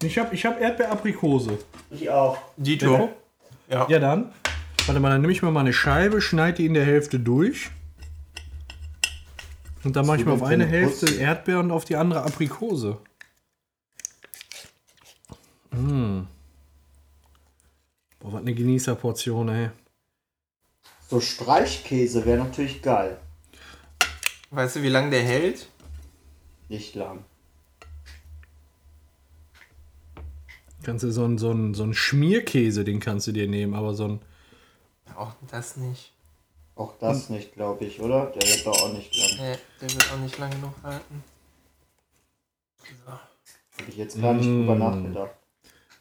Speaker 2: Ich habe ich hab Erdbeer-Aprikose.
Speaker 1: Ich auch.
Speaker 3: Dito. Ja.
Speaker 2: Ja, dann. Warte mal, dann nehme ich mir mal eine Scheibe, schneide die in der Hälfte durch. Und dann mache ich
Speaker 1: wird
Speaker 2: mir auf
Speaker 1: denn
Speaker 2: eine
Speaker 1: für eine
Speaker 2: Hälfte Erdbeer und auf die andere Aprikose. Mm. Boah, was eine Genießerportion, ey.
Speaker 1: So Streichkäse wäre natürlich geil.
Speaker 3: Weißt du, wie lange der hält?
Speaker 1: Nicht lang.
Speaker 2: Kannst du so einen so einen- so einen Schmierkäse, den kannst du dir nehmen, aber so ein.
Speaker 3: Auch das nicht.
Speaker 1: Auch das
Speaker 2: Hm.
Speaker 1: nicht, glaube ich, oder? Der wird doch auch nicht lang.
Speaker 3: Nee, der wird auch nicht lange genug halten.
Speaker 2: Hm.
Speaker 1: Habe ich jetzt gar nicht drüber nachgedacht.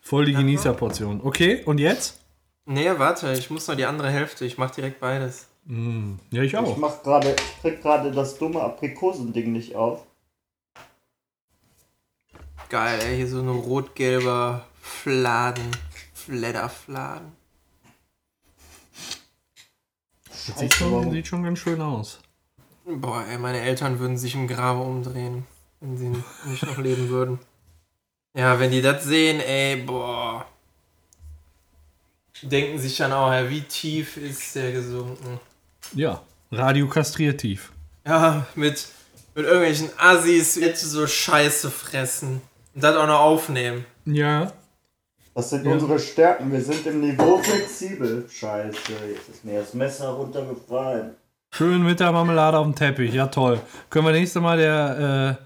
Speaker 2: Voll die Genießerportion. Okay, und jetzt?
Speaker 3: Nee, warte, ich muss noch die andere Hälfte. Ich mach direkt beides.
Speaker 2: Mm, ja, ich
Speaker 1: Ich
Speaker 2: auch.
Speaker 1: mach gerade, ich krieg gerade das dumme Aprikosending nicht auf.
Speaker 3: Geil, ey, hier so ein rot-gelber Fladen. Fledderfladen.
Speaker 2: Das sieht schon, sieht schon ganz schön aus.
Speaker 3: Boah, ey, meine Eltern würden sich im Grabe umdrehen, wenn sie nicht noch leben würden. Ja, wenn die das sehen, ey, boah. Denken sich dann auch, ja, wie tief ist der gesunken?
Speaker 2: Ja, radiokastriert tief.
Speaker 3: Ja, mit, mit irgendwelchen Assis jetzt so Scheiße fressen. Und das auch noch aufnehmen.
Speaker 2: Ja.
Speaker 1: Das sind
Speaker 2: Ja.
Speaker 1: unsere Stärken. Wir sind im Niveau flexibel. Scheiße, jetzt ist mir das Messer runtergefallen.
Speaker 2: Schön mit der Marmelade auf dem Teppich. Ja, toll. Können wir nächstes Mal der, äh,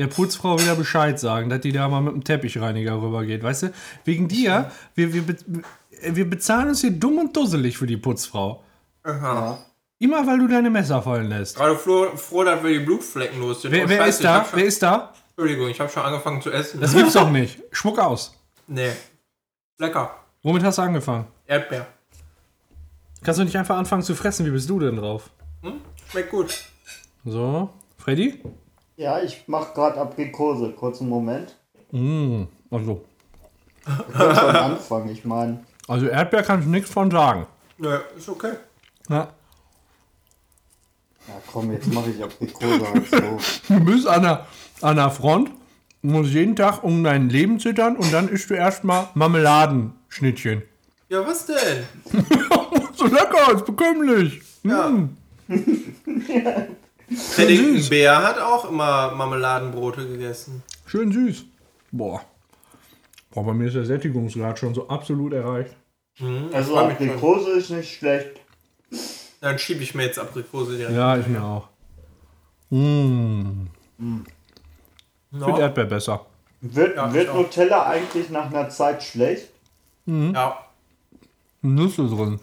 Speaker 2: der Putzfrau wieder Bescheid sagen, dass die da mal mit dem Teppichreiniger rübergeht. Weißt du, wegen dir, wir, wir, be- wir bezahlen uns hier dumm und dusselig für die Putzfrau.
Speaker 3: Aha.
Speaker 2: Immer weil du deine Messer fallen lässt.
Speaker 3: Gerade froh, froh, dass wir die Blutflecken los sind.
Speaker 2: Wer,
Speaker 3: Oh,
Speaker 2: wer
Speaker 3: Scheiße,
Speaker 2: ist
Speaker 3: ich
Speaker 2: da?
Speaker 3: hab schon,
Speaker 2: Wer ist da?
Speaker 3: Entschuldigung, ich habe schon angefangen zu essen.
Speaker 2: Das gibt's doch nicht. Schmuck aus.
Speaker 3: nee. Lecker.
Speaker 2: Womit hast du angefangen?
Speaker 3: Erdbeer.
Speaker 2: Kannst du nicht einfach anfangen zu fressen? Wie bist du denn drauf?
Speaker 3: Hm? Schmeckt gut.
Speaker 2: So, Freddy?
Speaker 1: Ja, ich mach gerade Aprikose. Kurzen
Speaker 3: <laughs>
Speaker 1: Moment.
Speaker 2: Mm, also,
Speaker 1: Ich kann schon anfangen. Ich meine,
Speaker 2: also Erdbeer kann ich nichts von sagen.
Speaker 3: Nö, ist okay.
Speaker 2: Ja.
Speaker 1: ja komm, jetzt mache ich Aprikose halt
Speaker 3: <laughs>
Speaker 1: so.
Speaker 3: Also,
Speaker 2: Du bist an der, an der Front, musst jeden Tag um dein Leben zittern und dann isst du erstmal Marmeladenschnittchen.
Speaker 3: Ja, was denn?
Speaker 2: So lecker, ist bekömmlich. Hm.
Speaker 3: Ja. Paddington Bär hat auch immer Marmeladenbrote gegessen.
Speaker 2: Schön süß. Boah. Boah, bei mir ist der Sättigungsgrad schon so absolut erreicht.
Speaker 3: Hm,
Speaker 1: Also
Speaker 3: freu mich schon.
Speaker 1: Aprikose ist nicht schlecht.
Speaker 3: Dann schiebe ich mir jetzt Aprikose direkt.
Speaker 2: Ja, ich mir auch. Mmh. Ich
Speaker 3: No?
Speaker 2: finde Erdbeer besser.
Speaker 1: Wird,
Speaker 3: Ja, ich
Speaker 1: wird
Speaker 3: auch.
Speaker 1: Nutella eigentlich nach einer Zeit schlecht?
Speaker 3: ja.
Speaker 2: Nüsse drin.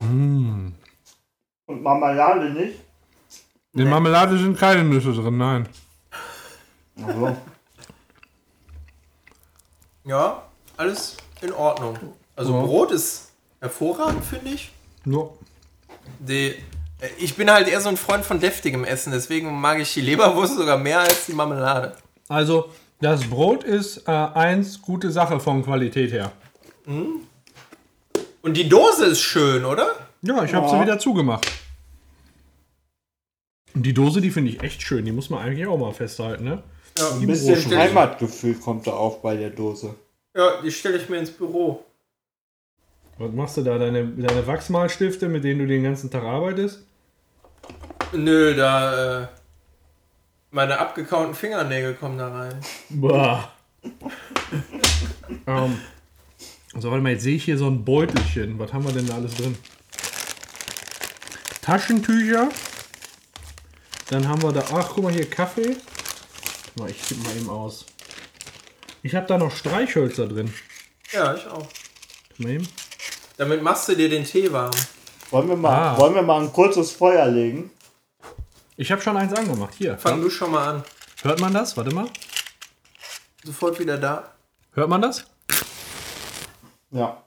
Speaker 2: Mmh.
Speaker 1: Und Marmelade nicht?
Speaker 2: In Marmelade sind keine Nüsse drin, nein.
Speaker 3: <laughs>
Speaker 1: Also,
Speaker 3: ja, alles in Ordnung. Also
Speaker 2: Ja.
Speaker 3: Brot ist hervorragend, finde ich.
Speaker 2: So.
Speaker 3: Die, äh, ich bin halt eher so ein Freund von deftigem Essen, deswegen mag ich die Leberwurst sogar mehr als die Marmelade.
Speaker 2: Also, das Brot ist äh, eins gute Sache von Qualität her.
Speaker 3: Und die Dose ist schön, oder?
Speaker 2: Ja, ich habe sie wieder zugemacht. Und die Dose, die finde ich echt schön. Die muss man eigentlich auch mal festhalten, ne?
Speaker 3: Ja,
Speaker 1: ein bisschen
Speaker 3: stell-
Speaker 1: Heimatgefühl kommt da auf bei der Dose.
Speaker 3: ja die stelle ich mir ins Büro.
Speaker 2: Was machst du da? Deine, deine Wachsmalstifte, mit denen du den ganzen Tag arbeitest?
Speaker 3: Nö, da. Äh, meine abgekauten Fingernägel kommen da rein.
Speaker 2: Bah. ähm, so, warte mal, jetzt sehe ich hier so ein Beutelchen. Was haben wir denn da alles drin? Taschentücher. Dann haben wir da, ach guck mal hier, Kaffee. Warte mal, Ich tippe mal eben aus. Ich habe da noch Streichhölzer drin.
Speaker 3: Ja, ich auch.
Speaker 2: Guck mal eben.
Speaker 3: Damit machst du dir den Tee warm.
Speaker 1: Wollen wir mal,
Speaker 2: Ah.
Speaker 1: wollen wir mal ein kurzes Feuer legen?
Speaker 2: Ich habe schon eins angemacht. Hier.
Speaker 3: Fang du schon mal an.
Speaker 2: Hört man das? Warte mal.
Speaker 3: Sofort wieder da.
Speaker 2: Hört man das?
Speaker 1: Ja.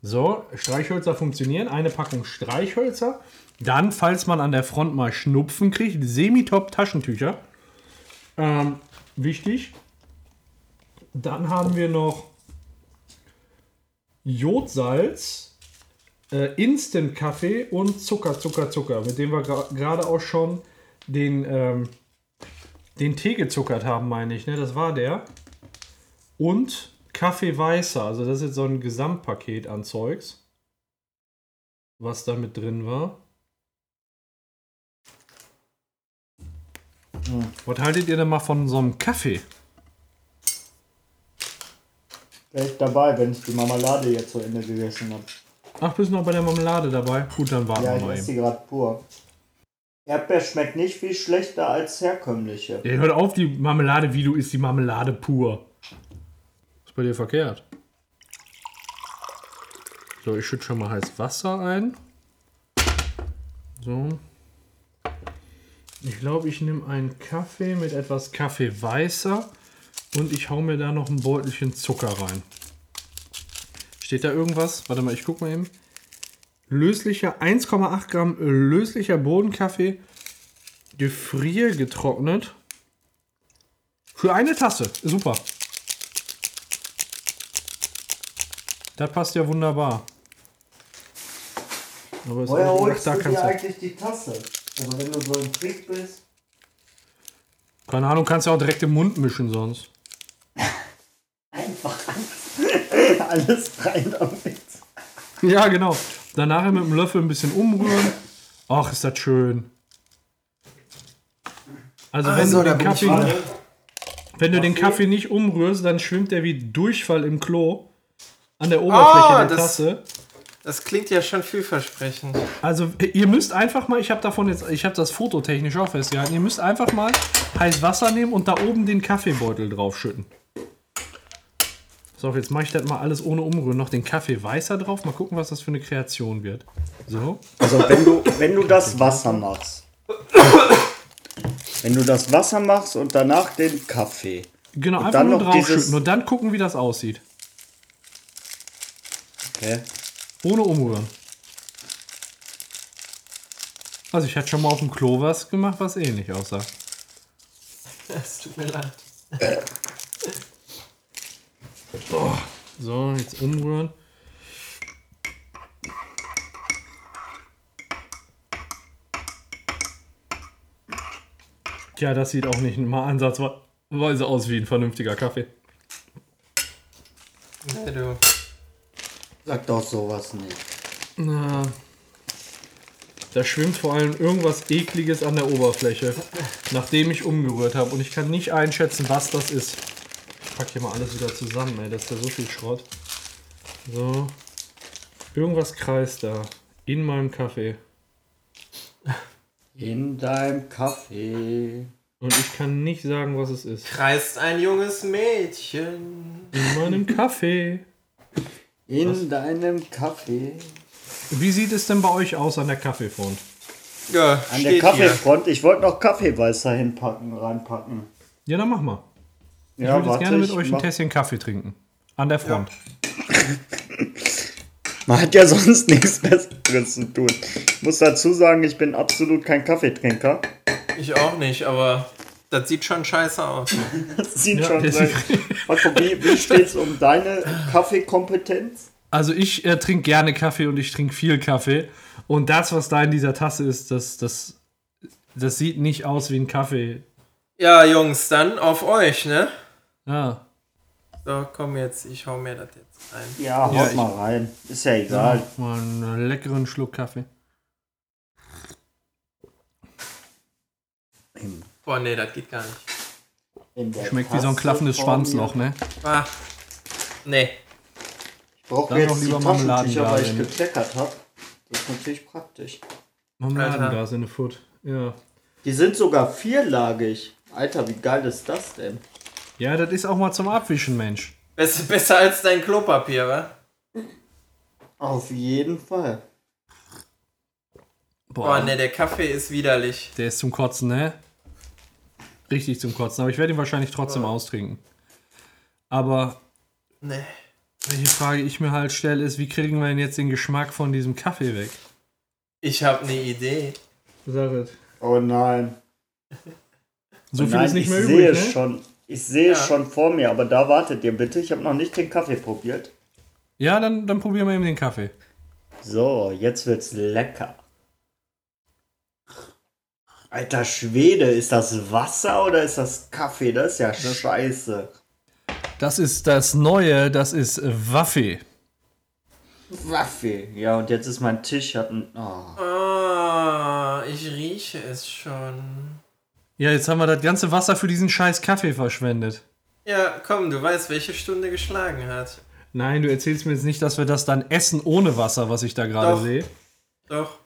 Speaker 2: So, Streichhölzer funktionieren. Eine Packung Streichhölzer. Dann, falls man an der Front mal Schnupfen kriegt, Semitop-Taschentücher. Ähm, wichtig. Dann haben wir noch Jodsalz, äh, Instant-Kaffee und Zucker, Zucker, Zucker, mit dem wir gra- gerade auch schon den, ähm, den Tee gezuckert haben, meine ich. Ne? Das war der. Und Kaffee Weißer. Also das ist jetzt so ein Gesamtpaket an Zeugs, was da mit drin war.
Speaker 1: Hm.
Speaker 2: Was haltet ihr denn mal von so einem Kaffee?
Speaker 1: Wäre ich dabei, wenn ich die Marmelade jetzt zu Ende gegessen habe.
Speaker 2: Ach, bist du noch bei der Marmelade dabei? Gut, dann warten
Speaker 1: Ja,
Speaker 2: wir
Speaker 1: ich
Speaker 2: mal
Speaker 1: esse
Speaker 2: eben.
Speaker 1: die gerade pur. Erdbeer schmeckt nicht viel schlechter als herkömmliche.
Speaker 2: Ey, hört auf, die Marmelade, wie du isst, die Marmelade pur. Ist bei dir verkehrt. So, ich schütte schon mal heiß Wasser ein. So. Ich glaube, ich nehme einen Kaffee mit etwas Kaffee weißer und ich hau mir da noch ein Beutelchen Zucker rein. Steht da irgendwas? Warte mal, ich guck mal eben. Löslicher, 1,8 Gramm löslicher Bohnenkaffee, gefriergetrocknet. Für eine Tasse. Super. Das passt ja wunderbar. Aber es ist
Speaker 1: Woher
Speaker 2: auch
Speaker 1: holst
Speaker 2: da
Speaker 1: du
Speaker 2: kannst
Speaker 1: dir
Speaker 2: du.
Speaker 1: eigentlich die Tasse? Also wenn du so ein Trick bist.
Speaker 2: Keine Ahnung, kannst ja auch direkt im Mund mischen
Speaker 3: <laughs>
Speaker 2: sonst.
Speaker 1: Einfach <laughs> alles rein damit.
Speaker 2: Ja, genau. Danach mit dem Löffel ein bisschen umrühren. Ach, ist das schön. Also, wenn,
Speaker 3: Also,
Speaker 2: du
Speaker 3: da
Speaker 2: den
Speaker 3: bin ich
Speaker 2: Kaffee,
Speaker 3: wieder.
Speaker 2: wenn du den Kaffee nicht umrührst, dann schwimmt er wie Durchfall im Klo an der
Speaker 3: Ah,
Speaker 2: Oberfläche der
Speaker 3: das-
Speaker 2: Tasse.
Speaker 3: Das klingt ja schon vielversprechend.
Speaker 2: Also, ihr müsst einfach mal, ich habe davon jetzt, ich habe das fototechnisch auch festgehalten, ihr müsst einfach mal heiß Wasser nehmen und da oben den Kaffeebeutel draufschütten. So, jetzt mache ich das mal alles ohne Umrühren. Noch den Kaffee weißer drauf. Mal gucken, was das für eine Kreation wird. So.
Speaker 1: Also wenn du, wenn du das Wasser machst. Wenn du das Wasser machst und danach den Kaffee.
Speaker 2: Genau,
Speaker 1: Und
Speaker 2: einfach
Speaker 1: dann
Speaker 2: nur
Speaker 1: noch dieses-
Speaker 2: draufschütten und dann gucken, wie das aussieht.
Speaker 1: Okay.
Speaker 2: Ohne umrühren. Also ich hatte schon mal auf dem Klo was gemacht, was ähnlich aussah.
Speaker 3: <laughs> Es tut mir leid.
Speaker 2: So, jetzt umrühren. Tja, das sieht auch nicht mal ansatzweise aus wie ein vernünftiger Kaffee.
Speaker 3: Nee, du.
Speaker 1: Sag doch sowas nicht.
Speaker 2: Na, da schwimmt vor allem irgendwas Ekliges an der Oberfläche, nachdem ich umgerührt habe. Und ich kann nicht einschätzen, was das ist. Ich pack hier mal alles wieder zusammen, ey. Das ist ja so viel Schrott. So. Irgendwas kreist da. In meinem Kaffee.
Speaker 1: In deinem Kaffee.
Speaker 2: Und ich kann nicht sagen, was es ist.
Speaker 3: Kreist ein junges Mädchen.
Speaker 2: In meinem Kaffee.
Speaker 1: In deinem Kaffee.
Speaker 2: Wie sieht es denn bei euch aus an der Kaffeefront?
Speaker 3: Ja,
Speaker 1: An der
Speaker 3: steht hier.
Speaker 1: Kaffeefront. Ich wollte noch Kaffeeweißer hinpacken, reinpacken.
Speaker 2: Ja, dann mach mal. Ich
Speaker 1: Ja,
Speaker 2: würde jetzt gerne mit
Speaker 1: ich
Speaker 2: euch ein
Speaker 1: mach-
Speaker 2: Tässchen Kaffee trinken. An der Front.
Speaker 1: Man hat ja <laughs> sonst nichts Besseres zu tun. Ich muss dazu sagen, ich bin absolut kein Kaffeetrinker.
Speaker 3: Ich auch nicht, aber das sieht schon scheiße aus.
Speaker 1: Das sieht
Speaker 2: Ja,
Speaker 1: schon
Speaker 2: das
Speaker 1: sehr. Marco, wie, wie steht's um deine Kaffeekompetenz?
Speaker 2: Also ich äh, trinke gerne Kaffee und ich trinke viel Kaffee. Und das, was da in dieser Tasse ist, das, das, das sieht nicht aus wie ein Kaffee.
Speaker 3: Ja, Jungs, dann auf euch, ne?
Speaker 2: Ja.
Speaker 3: So, komm jetzt, ich hau mir das jetzt ein.
Speaker 1: Ja, haut
Speaker 2: Ja, ich-
Speaker 1: mal rein. Ist ja egal.
Speaker 2: Mal einen leckeren Schluck Kaffee.
Speaker 1: In,
Speaker 3: Boah, nee, das geht gar nicht.
Speaker 1: in der
Speaker 2: Schmeckt wie so ein
Speaker 1: Tasse
Speaker 2: klaffendes
Speaker 1: vor
Speaker 2: Schwanzloch,
Speaker 1: mir.
Speaker 2: ne?
Speaker 3: Ah. Nee.
Speaker 1: Ich brauche
Speaker 2: Dann noch
Speaker 1: jetzt die
Speaker 2: lieber Marmeladen
Speaker 1: Taschentücher,
Speaker 2: da
Speaker 1: weil ich
Speaker 2: rein.
Speaker 1: gekleckert habe. Das ist natürlich praktisch.
Speaker 2: Marmeladenglas in the Foot. Ja.
Speaker 1: Die sind sogar vierlagig. Alter, wie geil ist das denn?
Speaker 2: Ja, das ist auch mal zum Abwischen, Mensch.
Speaker 3: Besser, besser als dein Klopapier, wa?
Speaker 1: Auf jeden Fall.
Speaker 3: Boah,
Speaker 2: Boah,
Speaker 1: Oh, ne.
Speaker 3: nee, der Kaffee ist widerlich.
Speaker 2: der ist zum Kotzen, ne? Richtig zum Kotzen. Aber ich werde ihn wahrscheinlich trotzdem austrinken. Aber
Speaker 3: Nee.
Speaker 2: welche Frage ich mir halt stelle, ist, wie kriegen wir denn jetzt den Geschmack von diesem Kaffee weg?
Speaker 3: Ich habe eine Idee.
Speaker 2: Sag es.
Speaker 1: Oh nein.
Speaker 2: So
Speaker 1: oh
Speaker 2: viel
Speaker 1: nein,
Speaker 2: ist nicht
Speaker 1: ich
Speaker 2: mehr
Speaker 1: sehe
Speaker 2: übrig.
Speaker 1: es
Speaker 2: Ne?
Speaker 1: schon. Ich sehe es
Speaker 3: Ja.
Speaker 1: schon vor mir, aber da wartet ihr bitte. Ich habe noch nicht den Kaffee probiert.
Speaker 2: Ja, dann, dann probieren wir eben den Kaffee.
Speaker 1: So, jetzt wird's lecker. Alter Schwede, ist das Wasser oder ist das Kaffee? Das ist ja scheiße.
Speaker 2: Das ist das Neue, das ist Waffe.
Speaker 1: Kaffee. Ja, und jetzt ist mein Tisch hat ein. Oh.
Speaker 3: Ah, ich rieche es schon.
Speaker 2: Ja, jetzt haben wir das ganze Wasser für diesen scheiß Kaffee verschwendet.
Speaker 3: Ja, komm, du weißt, welche Stunde geschlagen hat.
Speaker 2: Nein, du erzählst mir jetzt nicht, dass wir das dann essen ohne Wasser, was ich da gerade
Speaker 3: Doch.
Speaker 2: sehe.
Speaker 3: Doch.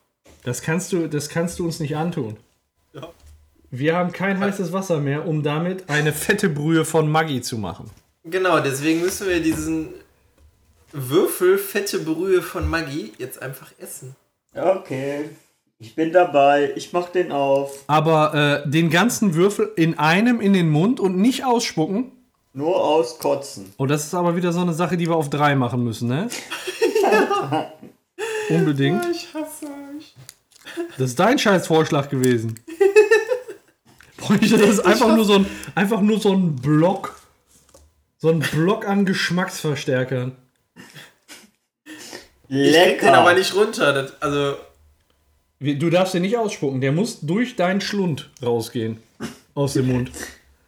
Speaker 2: Das kannst, du, das kannst du uns nicht antun.
Speaker 3: Ja.
Speaker 2: Wir haben kein heißes Wasser mehr, um damit eine fette Brühe von Maggi zu machen.
Speaker 3: Genau, deswegen müssen wir diesen Würfel fette Brühe von Maggi jetzt einfach essen.
Speaker 1: Okay. Ich bin dabei. Ich mach den auf.
Speaker 2: Aber äh, den ganzen Würfel in einem in den Mund und nicht ausspucken.
Speaker 1: Nur aus Kotzen.
Speaker 2: Oh, das ist aber wieder so eine Sache, die wir auf drei machen
Speaker 3: <laughs>
Speaker 2: müssen, ne? Unbedingt.
Speaker 3: Oh, Ich hasse euch.
Speaker 2: Das ist dein Scheißvorschlag
Speaker 3: <laughs>
Speaker 2: gewesen. Bräuchte das einfach nur so ein, einfach nur so ein Block. So ein Block an Geschmacksverstärkern.
Speaker 3: Ich krieg den
Speaker 1: Lecker.
Speaker 3: aber nicht runter. Das, also,
Speaker 2: Wie- Du darfst den nicht ausspucken, der muss durch deinen Schlund rausgehen. Aus dem Mund.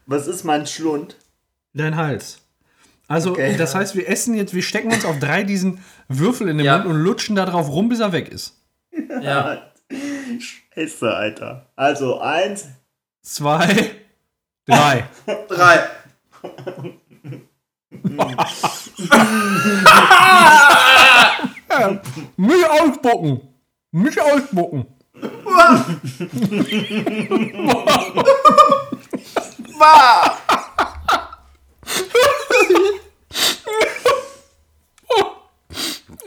Speaker 1: Was ist mein Schlund?
Speaker 2: Dein Hals. Also,
Speaker 1: Okay.
Speaker 2: das heißt, wir essen jetzt, wir stecken uns auf drei diesen Würfel in den
Speaker 3: Ja.
Speaker 2: Mund und lutschen da drauf rum, bis er weg ist.
Speaker 3: ja.
Speaker 1: Scheiße, Alter. Also eins,
Speaker 2: Zwei, drei.
Speaker 3: Drei.
Speaker 2: <laughs> Mich ausspucken! Mich ausspucken!
Speaker 3: Bah!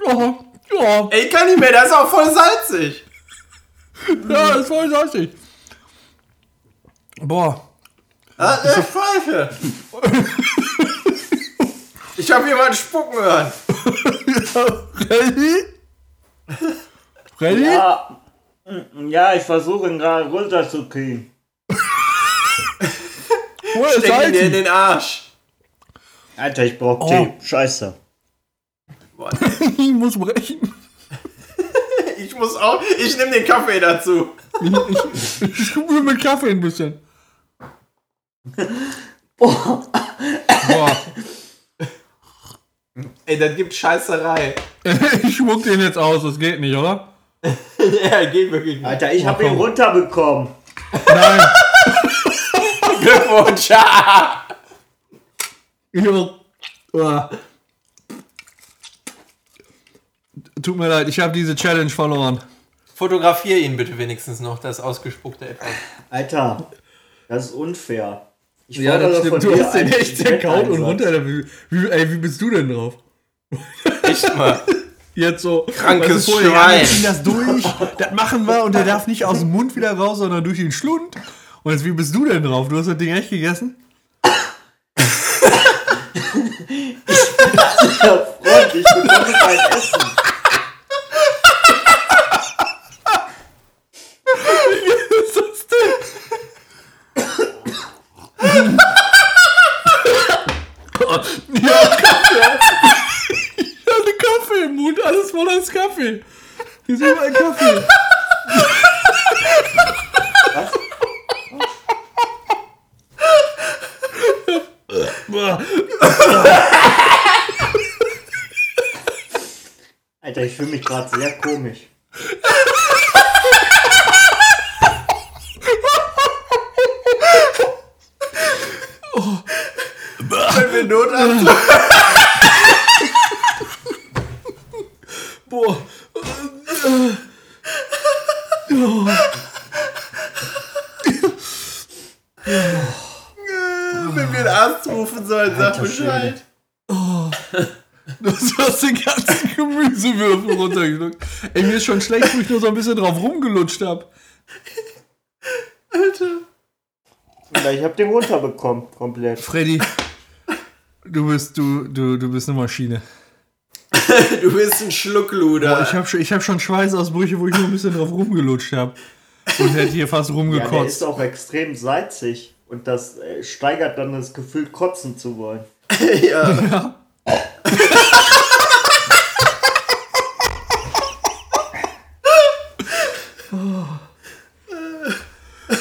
Speaker 2: Oh, ja,
Speaker 3: <laughs> Ey, ich kann nicht mehr, das ist auch voll salzig.
Speaker 2: ja, ist voll salzig. Boah,
Speaker 3: Ah, äh, Pfeife. <laughs> ich habe jemanden spucken hören.
Speaker 2: Freddy? Freddy?
Speaker 1: Ja, Hm, ja ich versuche ihn gerade runterzukriegen.
Speaker 2: Wo ist
Speaker 3: Steck ihn dir in
Speaker 2: Salzen?
Speaker 3: den Arsch.
Speaker 1: Alter, ich brauche
Speaker 2: Oh.
Speaker 1: Tee. Scheiße.
Speaker 3: Boah,
Speaker 2: Ich muss brechen.
Speaker 3: ich muss auch. Ich nehme den Kaffee dazu.
Speaker 2: Ich, ich spüre mit Kaffee ein bisschen. Boah.
Speaker 3: Ey, das gibt Scheißerei.
Speaker 2: Ich schmuck den jetzt aus, das geht nicht, oder?
Speaker 3: <laughs> ja, geht wirklich nicht.
Speaker 1: Alter, ich habe ihn
Speaker 2: komm.
Speaker 1: runterbekommen.
Speaker 2: Nein.
Speaker 3: Glückwunsch.
Speaker 2: Jo. Ah. Tut mir leid, ich habe diese Challenge verloren.
Speaker 3: Fotografier ihn bitte wenigstens noch, das ausgespuckte etwas.
Speaker 1: Alter, das ist unfair. Ich
Speaker 2: Ja, das
Speaker 1: fordere von
Speaker 2: stimmt. Du
Speaker 1: dir
Speaker 2: hast den
Speaker 1: einen
Speaker 2: echt zerkaut und
Speaker 1: Wetteinsatz.
Speaker 2: runter. Wie, wie, ey, wie bist du denn drauf?
Speaker 3: Nicht mal.
Speaker 2: Jetzt so.
Speaker 3: Krankes
Speaker 2: weißt du, vorher, ja,
Speaker 3: Schwein.
Speaker 2: wir ziehen das durch, das machen wir und der darf nicht aus dem Mund wieder raus, sondern durch den Schlund. Und jetzt, wie bist du denn drauf? Du hast das Ding echt gegessen?
Speaker 1: Ja, Freund, ich bekomme kein Essen.
Speaker 2: Was ist das denn? ja, Kaffee. Ich hatte Kaffee im Mund, alles voller ist Kaffee. Hier ist überall Kaffee. Boah.
Speaker 1: Alter, ich fühle mich gerade sehr komisch.
Speaker 3: Wenn wir Notarzt.
Speaker 2: Boah.
Speaker 3: Wenn wir einen Arzt rufen sollen, sag
Speaker 1: Alter
Speaker 3: Bescheid.
Speaker 2: Du hast den ganzen Gemüsewürfel runtergeschluckt. Ey, mir ist schon schlecht, wo ich nur so ein bisschen drauf rumgelutscht habe.
Speaker 1: Alter, ich habe den runterbekommen, komplett.
Speaker 2: Freddy, du bist, du, du, du bist eine Maschine.
Speaker 3: Du bist ein Schluckluder.
Speaker 2: Ich habe schon, ich hab schon Schweißausbrüche, wo ich nur ein bisschen drauf rumgelutscht habe. Und hätte hier fast
Speaker 1: Ja, der
Speaker 2: rumgekotzt.
Speaker 1: ist auch extrem salzig und das äh, steigert dann das Gefühl, kotzen zu wollen.
Speaker 3: ja.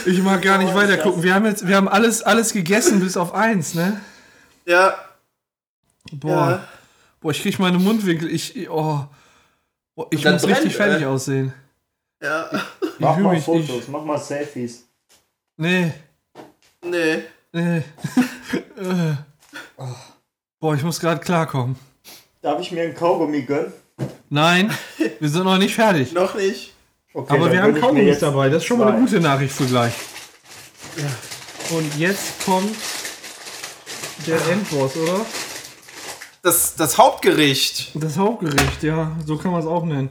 Speaker 2: ich mag gar
Speaker 3: Oh,
Speaker 2: nicht weiter gucken. Wir haben jetzt, wir haben alles, alles gegessen bis auf eins, ne?
Speaker 3: ja.
Speaker 2: Boah,
Speaker 3: Ja.
Speaker 2: boah, ich krieg meine Mundwinkel. Ich, oh, Boah, ich
Speaker 3: dann
Speaker 2: muss richtig
Speaker 3: brennt,
Speaker 2: fertig
Speaker 3: äh.
Speaker 2: aussehen.
Speaker 3: Ja.
Speaker 2: Ich
Speaker 1: Mach
Speaker 2: fühl
Speaker 1: mal
Speaker 2: mich-
Speaker 1: Fotos,
Speaker 2: Ich,
Speaker 1: mach mal Selfies.
Speaker 2: nee.
Speaker 3: Nee.
Speaker 2: Äh, <laughs> äh. Boah, ich muss gerade klarkommen.
Speaker 1: Darf ich mir einen Kaugummi gönnen?
Speaker 2: Nein, wir sind noch nicht <laughs> fertig.
Speaker 3: Noch nicht.
Speaker 1: Okay,
Speaker 2: Aber
Speaker 1: dann
Speaker 2: wir haben
Speaker 1: gönn ich mir
Speaker 2: Kaugummis
Speaker 1: jetzt
Speaker 2: dabei. Das ist schon mal eine
Speaker 1: zwei.
Speaker 2: gute Nachricht für gleich. Und jetzt kommt der Endboss, oder?
Speaker 3: Das, das Hauptgericht.
Speaker 2: Das Hauptgericht, ja. So kann man es auch nennen.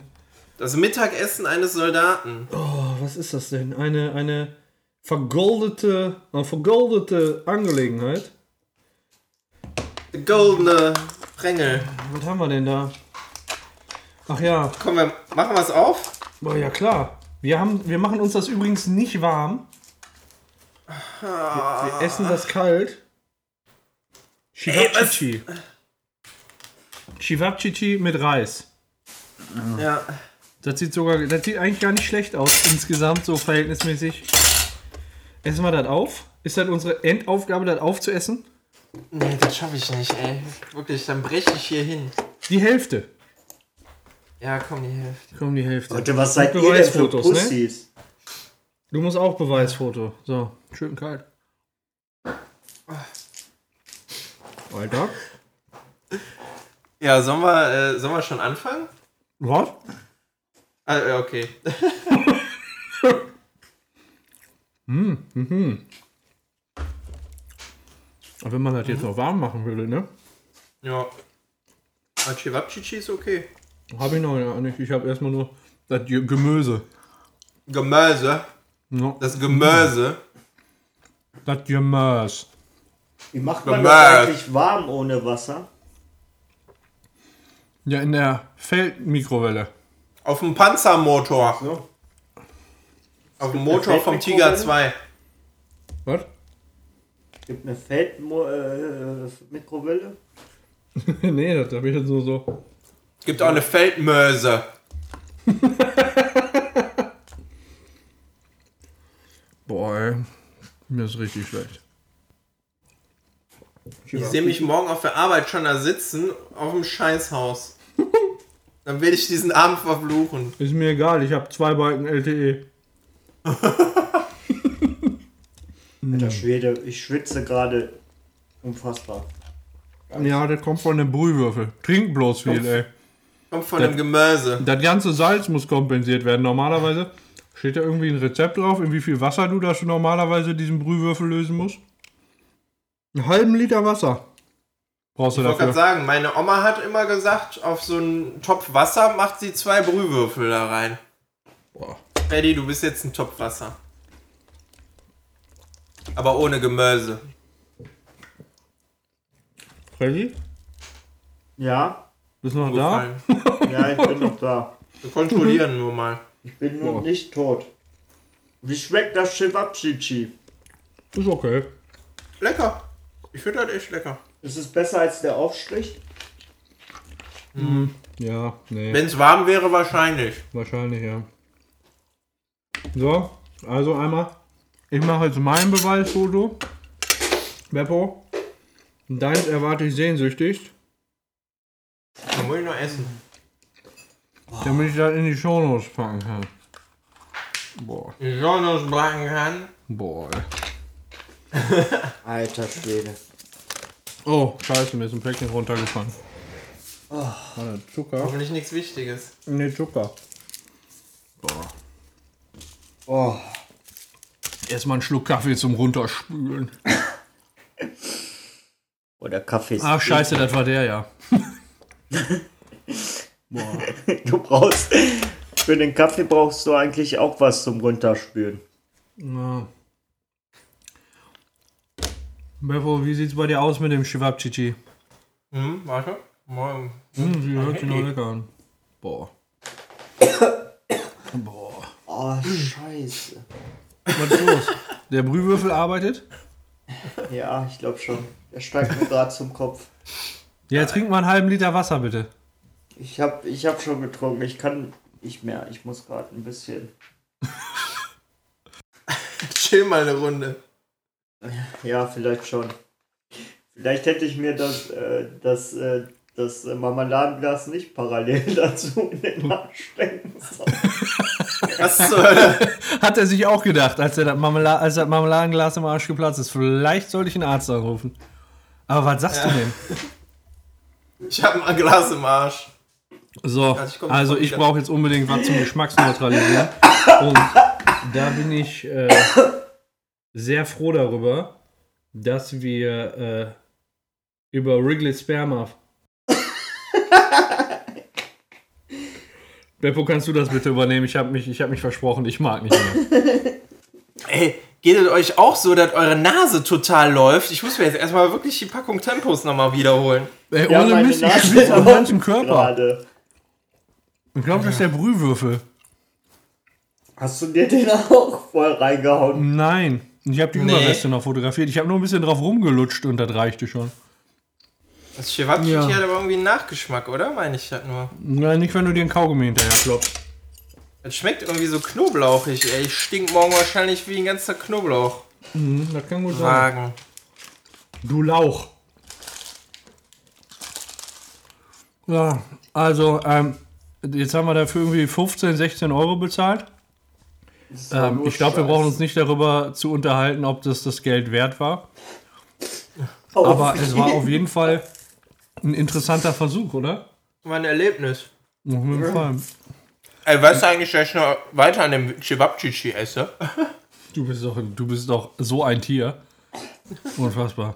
Speaker 3: Das Mittagessen eines Soldaten.
Speaker 2: Oh, was ist das denn? Eine, eine vergoldete, eine vergoldete Angelegenheit.
Speaker 5: Der goldene Prängel.
Speaker 2: Was haben wir denn da? Ach ja,
Speaker 5: Komm, wir machen wir es auf.
Speaker 2: boah, ja klar. Wir, haben, wir machen uns das übrigens nicht warm. Wir, wir essen das kalt. Shivapchichi. Shivapchichi mit Reis.
Speaker 5: Ja.
Speaker 2: Das sieht sogar, das sieht eigentlich gar nicht schlecht aus insgesamt, so verhältnismäßig. Essen wir das auf? Ist das unsere Endaufgabe, das aufzuessen?
Speaker 5: Nee, das schaffe ich nicht, ey. Wirklich, dann breche ich hier hin.
Speaker 2: Die Hälfte.
Speaker 5: Ja, komm, die Hälfte.
Speaker 2: Komm, die Hälfte.
Speaker 1: Leute, was seid
Speaker 2: Mit
Speaker 1: ihr denn für
Speaker 2: Beweisfotos, ne?
Speaker 1: Pussys?
Speaker 2: Du musst auch Beweisfoto. So, schön kalt. Alter.
Speaker 5: Ja, sollen wir, äh, sollen wir schon anfangen?
Speaker 2: Was?
Speaker 5: Ah, äh, okay.
Speaker 2: Aber Wenn man das jetzt noch warm machen würde, ne?
Speaker 5: Ja. Aber Chivapchichi ist okay.
Speaker 2: Habe ich noch ja nicht. Ich habe erstmal nur das Ge- Gemüse.
Speaker 5: Gemüse.
Speaker 2: No.
Speaker 5: Das Gemüse.
Speaker 2: Das Gemüse.
Speaker 1: Wie macht man
Speaker 5: Gemerkt.
Speaker 1: das eigentlich warm ohne Wasser?
Speaker 2: Ja, in der Feldmikrowelle.
Speaker 5: Auf dem Panzermotor.
Speaker 1: So.
Speaker 5: Auf dem Motor vom Tiger 2.
Speaker 2: Was? <laughs>
Speaker 1: Gibt eine äh, Feldmikrowelle?
Speaker 2: nee, das habe ich jetzt nur so.
Speaker 5: Gibt auch eine Feldmöse.
Speaker 2: Boah, ey. mir ist richtig schlecht.
Speaker 5: Ich sehe mich morgen auf der Arbeit schon da sitzen, auf dem
Speaker 1: <laughs>
Speaker 5: Scheißhaus. Dann werde ich diesen Abend verfluchen.
Speaker 2: Ist mir egal, ich habe zwei Balken E. LTE. Hm.
Speaker 1: Alter Schwede, ich schwitze gerade unfassbar.
Speaker 2: Ja, das kommt von dem Brühwürfel. Trink bloß viel, ey.
Speaker 5: Kommt von dem Gemöse.
Speaker 2: Das ganze Salz muss kompensiert werden. Normalerweise steht da irgendwie ein Rezept drauf, in wie viel Wasser du da schon normalerweise diesen Brühwürfel lösen musst. Einen halben Liter Wasser brauchst du
Speaker 5: Ich wollte gerade
Speaker 2: dafür.
Speaker 5: sagen, meine Oma hat immer gesagt, auf so einen Topf Wasser macht sie zwei Brühwürfel da rein.
Speaker 2: Boah.
Speaker 5: Freddy, du bist jetzt ein Topf Wasser. Aber ohne Gemöse.
Speaker 2: Freddy,
Speaker 1: Ja,
Speaker 2: bist du noch da?
Speaker 5: Gefallen.
Speaker 1: ja, ich bin noch da.
Speaker 5: Wir kontrollieren nur mal.
Speaker 1: Ich bin nur
Speaker 2: Boah.
Speaker 1: nicht tot. Wie schmeckt das Chivapchichi?
Speaker 2: Ist okay.
Speaker 5: Lecker. Ich finde das echt lecker.
Speaker 1: Ist es besser als der Aufstrich?
Speaker 2: Ja, nee,
Speaker 5: Wenn es warm wäre, wahrscheinlich.
Speaker 2: wahrscheinlich, ja. So, also einmal. Ich mache jetzt mein Beweisfoto. Beppo. Deins erwarte ich sehnsüchtig,
Speaker 5: Dann muss ich noch essen.
Speaker 2: damit ich das in die Shownotes packen kann. Boah,
Speaker 5: Die Sonne braten kann.
Speaker 2: boah. ey.
Speaker 1: Alter Schwede.
Speaker 2: Oh, scheiße, mir ist ein Päckchen runtergefallen. Oh. War das Zucker?
Speaker 5: Hoffentlich nichts Wichtiges.
Speaker 2: Ne, Zucker.
Speaker 1: Oh,
Speaker 2: Erstmal einen Schluck Kaffee zum Runterspülen.
Speaker 1: oh der Kaffee ist.
Speaker 2: Ach, Ah, scheiße, das war der ja.
Speaker 1: <laughs> Du brauchst. Für den Kaffee brauchst du eigentlich auch was zum Runterspülen.
Speaker 2: ja. Beppo, wie sieht's bei dir aus mit dem Schwabchichi?
Speaker 5: Hm, warte. Morgen.
Speaker 2: Hm, sie hört sich noch lecker an. Boah. <coughs> Boah.
Speaker 1: Oh, scheiße.
Speaker 2: Was ist los? Der Brühwürfel arbeitet?
Speaker 1: Ja, ich glaube schon. Er steigt mir gerade zum Kopf.
Speaker 2: Ja, trink mal einen halben Liter Wasser bitte.
Speaker 1: Ich hab, ich hab schon getrunken. Ich kann nicht mehr. Ich muss gerade ein bisschen.
Speaker 5: Chill mal eine Runde.
Speaker 1: Ja, vielleicht schon. Vielleicht hätte ich mir das, äh, das, äh, das äh, Marmeladenglas nicht parallel <laughs> dazu in den Arsch stecken sollen.
Speaker 5: Was zur Hölle?
Speaker 2: Hat er sich auch gedacht, als, er das Marmela als das Marmeladenglas im Arsch geplatzt ist. Vielleicht sollte ich einen Arzt anrufen. Aber was sagst du denn?
Speaker 5: Ich habe ein Glas im Arsch.
Speaker 2: So,
Speaker 5: Also ich komm-
Speaker 2: also
Speaker 5: komm
Speaker 2: ich
Speaker 5: wieder.
Speaker 2: brauche jetzt unbedingt was zum Geschmacksneutralisieren. Und da bin ich äh, sehr froh darüber, dass wir äh, über Wrigley Sperma.
Speaker 5: <laughs>
Speaker 2: Beppo, kannst du das bitte übernehmen? Ich habe mich, ich hab mich versprochen, ich mag nicht mehr.
Speaker 5: Ey, Geht es euch auch so, dass eure Nase total läuft? Ich muss mir jetzt erstmal wirklich die Packung Tempos nochmal wiederholen.
Speaker 2: Äh,
Speaker 1: Ja,
Speaker 2: ohne
Speaker 1: meine
Speaker 2: Mist, ich
Speaker 1: Nase
Speaker 2: schwitze am
Speaker 1: läuft
Speaker 2: ganzen Körper.
Speaker 1: gerade.
Speaker 2: Ich glaube, das ist der Brühwürfel.
Speaker 1: Hast du dir den auch voll reingehauen?
Speaker 2: Nein. Ich habe die
Speaker 5: Nee.
Speaker 2: Überreste noch fotografiert. Ich habe nur ein bisschen drauf rumgelutscht und das reichte schon.
Speaker 5: Das Schiwattchen
Speaker 2: Ja.
Speaker 5: hier hat aber irgendwie einen Nachgeschmack, oder? Meine ich das nur.
Speaker 2: Nein, nicht, wenn du dir einen Kaugummi hinterher klopfst.
Speaker 5: Das schmeckt irgendwie so knoblauchig, ey. Ich stink morgen wahrscheinlich wie ein ganzer Knoblauchwagen.
Speaker 2: Mhm, das kann gut sein. Du Lauch. Ja, also, ähm, jetzt haben wir dafür irgendwie 15, 16 Euro bezahlt.
Speaker 1: Das ist doch
Speaker 2: Ähm,
Speaker 1: nur
Speaker 2: ich glaube, wir
Speaker 1: Scheiß.
Speaker 2: brauchen uns nicht darüber zu unterhalten, ob das das Geld wert war.
Speaker 1: Auf
Speaker 2: Aber es war
Speaker 1: jeden-
Speaker 2: auf jeden Fall ein interessanter Versuch, oder?
Speaker 5: War ein Erlebnis.
Speaker 2: Auf jeden Fall.
Speaker 5: Ey, weißt du eigentlich, dass ich noch weiter an dem Chibabchichi esse?
Speaker 2: Du bist doch, du bist doch so ein Tier. Unfassbar.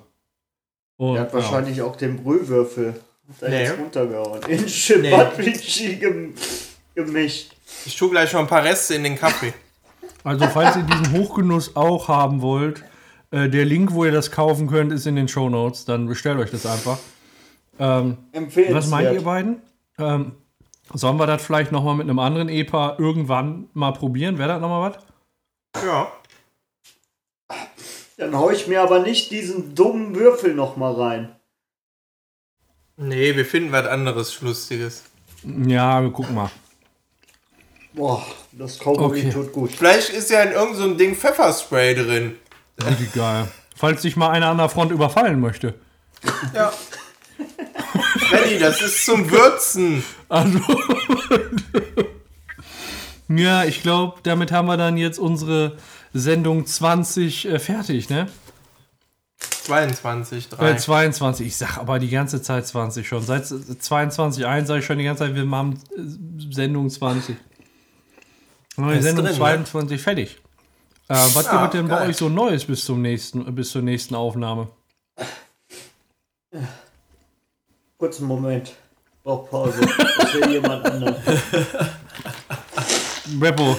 Speaker 2: Und,
Speaker 1: Er hat wahrscheinlich auch den Brühwürfel da
Speaker 5: Nee.
Speaker 1: jetzt runtergehauen. In <laughs> Shibatrichi gem gemischt.
Speaker 5: Ich tue gleich noch ein paar Reste in den Kaffee.
Speaker 2: ja. Also falls ihr diesen Hochgenuss auch haben wollt, äh, der Link, wo ihr das kaufen könnt, ist in den Show Notes. Dann bestellt euch das einfach. Ähm,
Speaker 1: Empfehlenswert.
Speaker 2: was meint ihr beiden? Ähm, sollen wir das vielleicht nochmal mit einem anderen EPA irgendwann mal probieren? Wäre das nochmal was?
Speaker 5: <laughs> Ja.
Speaker 1: Dann hau ich mir aber nicht diesen dummen Würfel nochmal rein.
Speaker 5: Nee, wir finden was anderes Lustiges.
Speaker 2: Ja, wir gucken mal.
Speaker 1: Boah, das Kaugummi
Speaker 2: Okay.
Speaker 1: tut gut.
Speaker 5: Vielleicht ist ja in irgendeinem so einem Ding Pfefferspray drin.
Speaker 2: Richtig geil. Falls dich mal einer an der Front überfallen möchte.
Speaker 5: Ja. <laughs> Freddy, das ist zum Würzen.
Speaker 2: Also. ja, ich glaube, damit haben wir dann jetzt unsere Sendung 20 äh, fertig, ne?
Speaker 5: 22, 3.
Speaker 2: Äh, 22. Ich sag aber die ganze Zeit 20 schon. Seit 22, 1 sage ich schon die ganze Zeit, wir machen äh, Sendung 20. Haben wir die
Speaker 5: Ist
Speaker 2: Sendung
Speaker 5: drin, ne?
Speaker 2: 22 fertig. Äh, was
Speaker 5: Ah,
Speaker 2: gibt denn bei
Speaker 5: geil.
Speaker 2: euch so Neues bis, zum nächsten, äh, bis zur nächsten Aufnahme?
Speaker 1: Kurzen Moment. Brauch Pause. Ich will jemand
Speaker 2: <laughs>
Speaker 1: anderen.
Speaker 2: Beppo,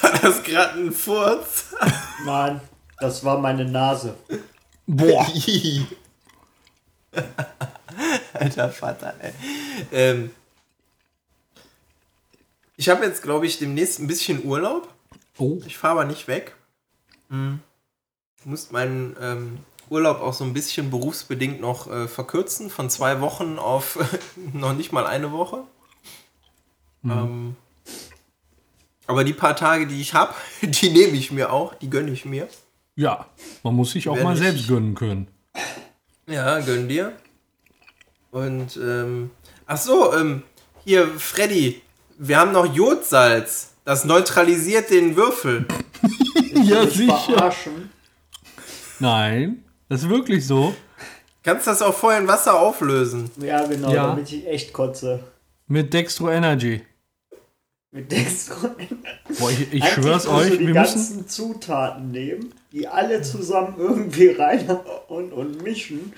Speaker 5: War das gerade ein <laughs> Furz?
Speaker 1: Nein, das war meine Nase.
Speaker 2: Boah.
Speaker 5: Ih. <laughs> Alter Vater, ey. Ähm, ich habe jetzt, glaube ich, demnächst ein bisschen Urlaub.
Speaker 2: Oh.
Speaker 5: Ich fahre aber nicht weg. Hm. Ich muss meinen ähm, Urlaub auch so ein bisschen berufsbedingt noch äh, verkürzen, von zwei Wochen auf <laughs> noch nicht mal eine Woche. Ähm, aber die paar Tage, die ich habe, <laughs> die nehme ich mir auch, die gönne ich mir.
Speaker 2: Ja, man muss sich auch
Speaker 5: Wenn
Speaker 2: mal
Speaker 5: ich-
Speaker 2: selbst gönnen können.
Speaker 5: Ja, gönn dir. Und, ähm, ach so, ähm, hier, Freddy, wir haben noch Jodsalz. Das neutralisiert den Würfel.
Speaker 2: Ja,
Speaker 1: Mich Verarschen.
Speaker 2: Nein, das ist wirklich so.
Speaker 5: Kannst das auch vorher in Wasser auflösen?
Speaker 1: Ja, genau,
Speaker 2: Ja.
Speaker 1: damit ich echt kotze.
Speaker 2: Mit Dextro Energy.
Speaker 1: Mit Dextro.
Speaker 2: Boah, ich, ich
Speaker 1: Eigentlich
Speaker 2: schwör's
Speaker 1: musst du die
Speaker 2: euch, wir müssen.
Speaker 1: ganzen Zutaten nehmen, die alle zusammen irgendwie rein und, und mischen.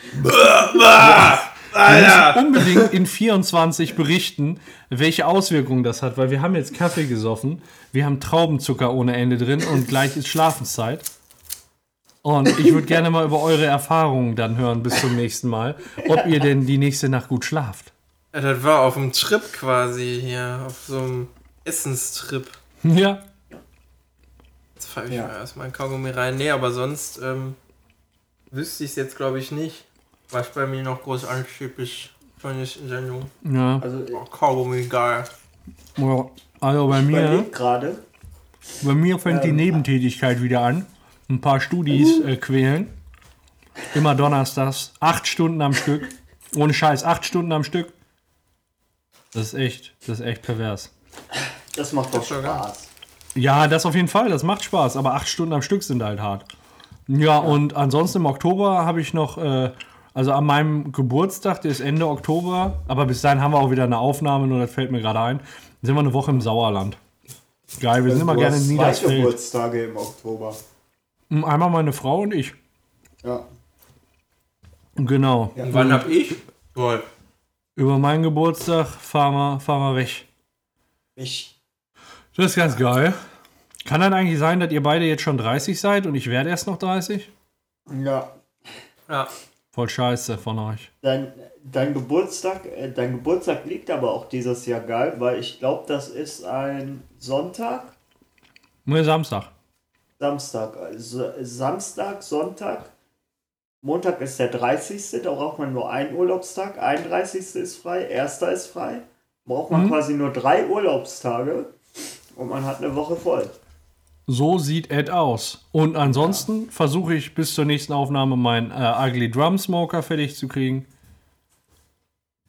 Speaker 2: Wir müssen unbedingt in 24 berichten, welche Auswirkungen das hat, weil wir haben jetzt Kaffee gesoffen, wir haben Traubenzucker ohne Ende drin und gleich ist Schlafenszeit. Und ich würde gerne mal über eure Erfahrungen dann hören bis zum nächsten Mal, ob ihr denn die nächste Nacht gut schlaft.
Speaker 5: Ja, das war auf dem Trip quasi hier, auf so einem Essenstrip.
Speaker 2: Ja,
Speaker 5: Jetzt pfeife ich
Speaker 1: Ja.
Speaker 5: mir erstmal ein Kaugummi rein. Nee, aber sonst ähm, wüsste ich es jetzt, glaube ich, nicht. Was bei mir noch groß anschiebisch schon ist in Sendung.
Speaker 2: ja.
Speaker 1: Also,
Speaker 5: Oh, Kaugummi, geil.
Speaker 2: Also bei
Speaker 1: ich
Speaker 2: mir.
Speaker 1: überlege gerade.
Speaker 2: Bei mir fängt die
Speaker 1: Ähm, Uh.
Speaker 2: Nebentätigkeit wieder an. Ein paar Studis äh, quälen. Immer donnerstags. Acht Stunden am Stück. Ohne Scheiß, acht Stunden am Stück. Das ist echt, das ist echt pervers.
Speaker 1: Das macht doch
Speaker 5: ist schon geil.
Speaker 1: Spaß.
Speaker 2: Ja, das auf jeden Fall, das macht Spaß, aber acht Stunden am Stück sind halt hart. Ja, und ansonsten im Oktober habe ich noch, äh, also an meinem Geburtstag, der ist Ende Oktober, aber bis dahin haben wir auch wieder eine Aufnahme, nur das fällt mir gerade ein. Sind wir eine Woche im Sauerland. Geil, wir sind immer
Speaker 1: Also Du
Speaker 2: gerne in
Speaker 1: hast zwei
Speaker 2: Niedersfeld.
Speaker 1: Geburtstage im Oktober.
Speaker 2: Einmal meine Frau und ich.
Speaker 1: Ja.
Speaker 2: Genau.
Speaker 5: Und wann hab ich? Toll.
Speaker 2: Über meinen Geburtstag fahren wir, fahren wir weg.
Speaker 1: Ich,
Speaker 2: Das ist ganz geil. Kann dann eigentlich sein, dass ihr beide jetzt schon 30 seid und ich werde erst noch 30?
Speaker 1: Ja,
Speaker 3: Ja.
Speaker 2: Voll scheiße von euch.
Speaker 1: Dein, dein, Geburtstag, äh, dein Geburtstag liegt aber auch dieses Jahr geil, weil ich glaube, das ist ein Sonntag,
Speaker 2: Nur Samstag.
Speaker 1: Samstag. Also Samstag, Sonntag. Montag ist der 30. Da braucht man nur einen Urlaubstag. 31. ist frei, 1. ist frei. Braucht
Speaker 2: Mhm.
Speaker 1: man quasi nur drei Urlaubstage und man hat eine Woche voll.
Speaker 2: So sieht Ed aus. Und ansonsten versuche ich bis zur nächsten Aufnahme meinen äh, Ugly Drum Smoker fertig zu kriegen.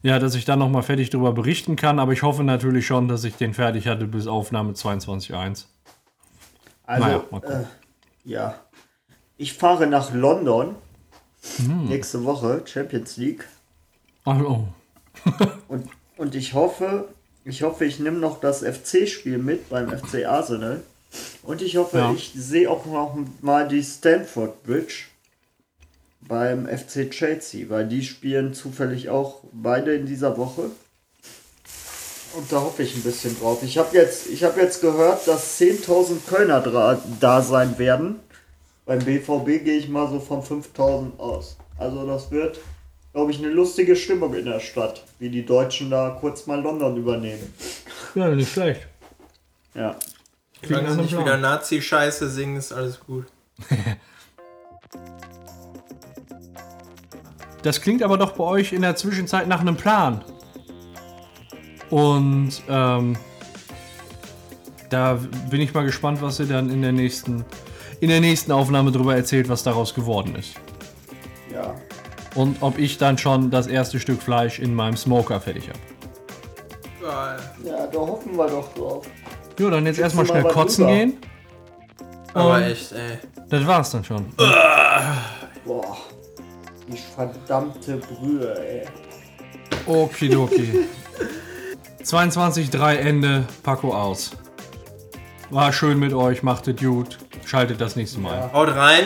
Speaker 2: Ja, dass ich dann nochmal fertig darüber berichten kann, aber ich hoffe natürlich schon, dass ich den fertig hatte bis Aufnahme 22.1.
Speaker 1: Also,
Speaker 2: Naja, mal gucken.
Speaker 1: äh, ja. Ich fahre nach London
Speaker 2: Mhm.
Speaker 1: nächste Woche, Champions League.
Speaker 2: Ach, oh.
Speaker 1: Und, und ich hoffe, ich hoffe, ich nehme noch das FC-Spiel mit beim FC Arsenal. Und ich hoffe,
Speaker 2: Ja.
Speaker 1: ich sehe auch noch mal die Stanford Bridge beim FC Chelsea, weil die spielen zufällig auch beide in dieser Woche. Und da hoffe ich ein bisschen drauf. Ich habe jetzt, ich habe jetzt gehört, dass 10.000 Kölner dra- da sein werden. Beim BVB gehe ich mal so von 5.000 aus. Also das wird, glaube ich, eine lustige Stimmung in der Stadt, wie die Deutschen da kurz mal London übernehmen.
Speaker 2: Ja, nicht schlecht.
Speaker 1: Ja.
Speaker 3: Solange sie nicht wieder Nazi-Scheiße singen, ist alles gut.
Speaker 2: Das klingt aber doch bei euch in der Zwischenzeit nach einem Plan. Und ähm, da bin ich mal gespannt, was ihr dann in der nächsten, in der nächsten Aufnahme darüber erzählt, was daraus geworden ist.
Speaker 1: Ja.
Speaker 2: Und ob ich dann schon das erste Stück Fleisch in meinem Smoker fertig habe.
Speaker 3: Geil.
Speaker 1: Ja, da hoffen wir doch drauf.
Speaker 2: Jo, dann jetzt erstmal
Speaker 1: mal
Speaker 2: schnell
Speaker 1: was
Speaker 2: kotzen
Speaker 1: rüber.
Speaker 2: gehen.
Speaker 3: Aber
Speaker 2: Ähm.
Speaker 3: echt, ey.
Speaker 2: Das war's dann schon.
Speaker 1: Boah. Die verdammte Brühe, ey. <laughs>
Speaker 2: Okidoki. 22.3 Ende, Paco aus. War schön mit euch, macht es gut. Schaltet das nächste Mal. ein.
Speaker 3: Haut rein.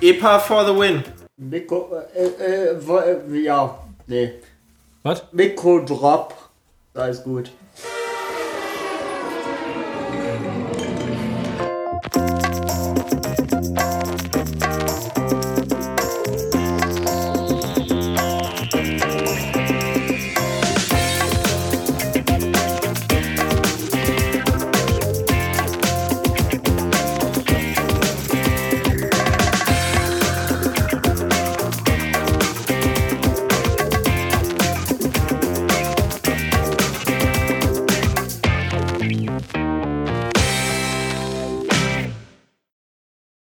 Speaker 3: EPA for the win.
Speaker 1: Mikro, äh, äh, wo- äh, ja, nee.
Speaker 2: Was?
Speaker 1: Mikrodrop. Da ist gut.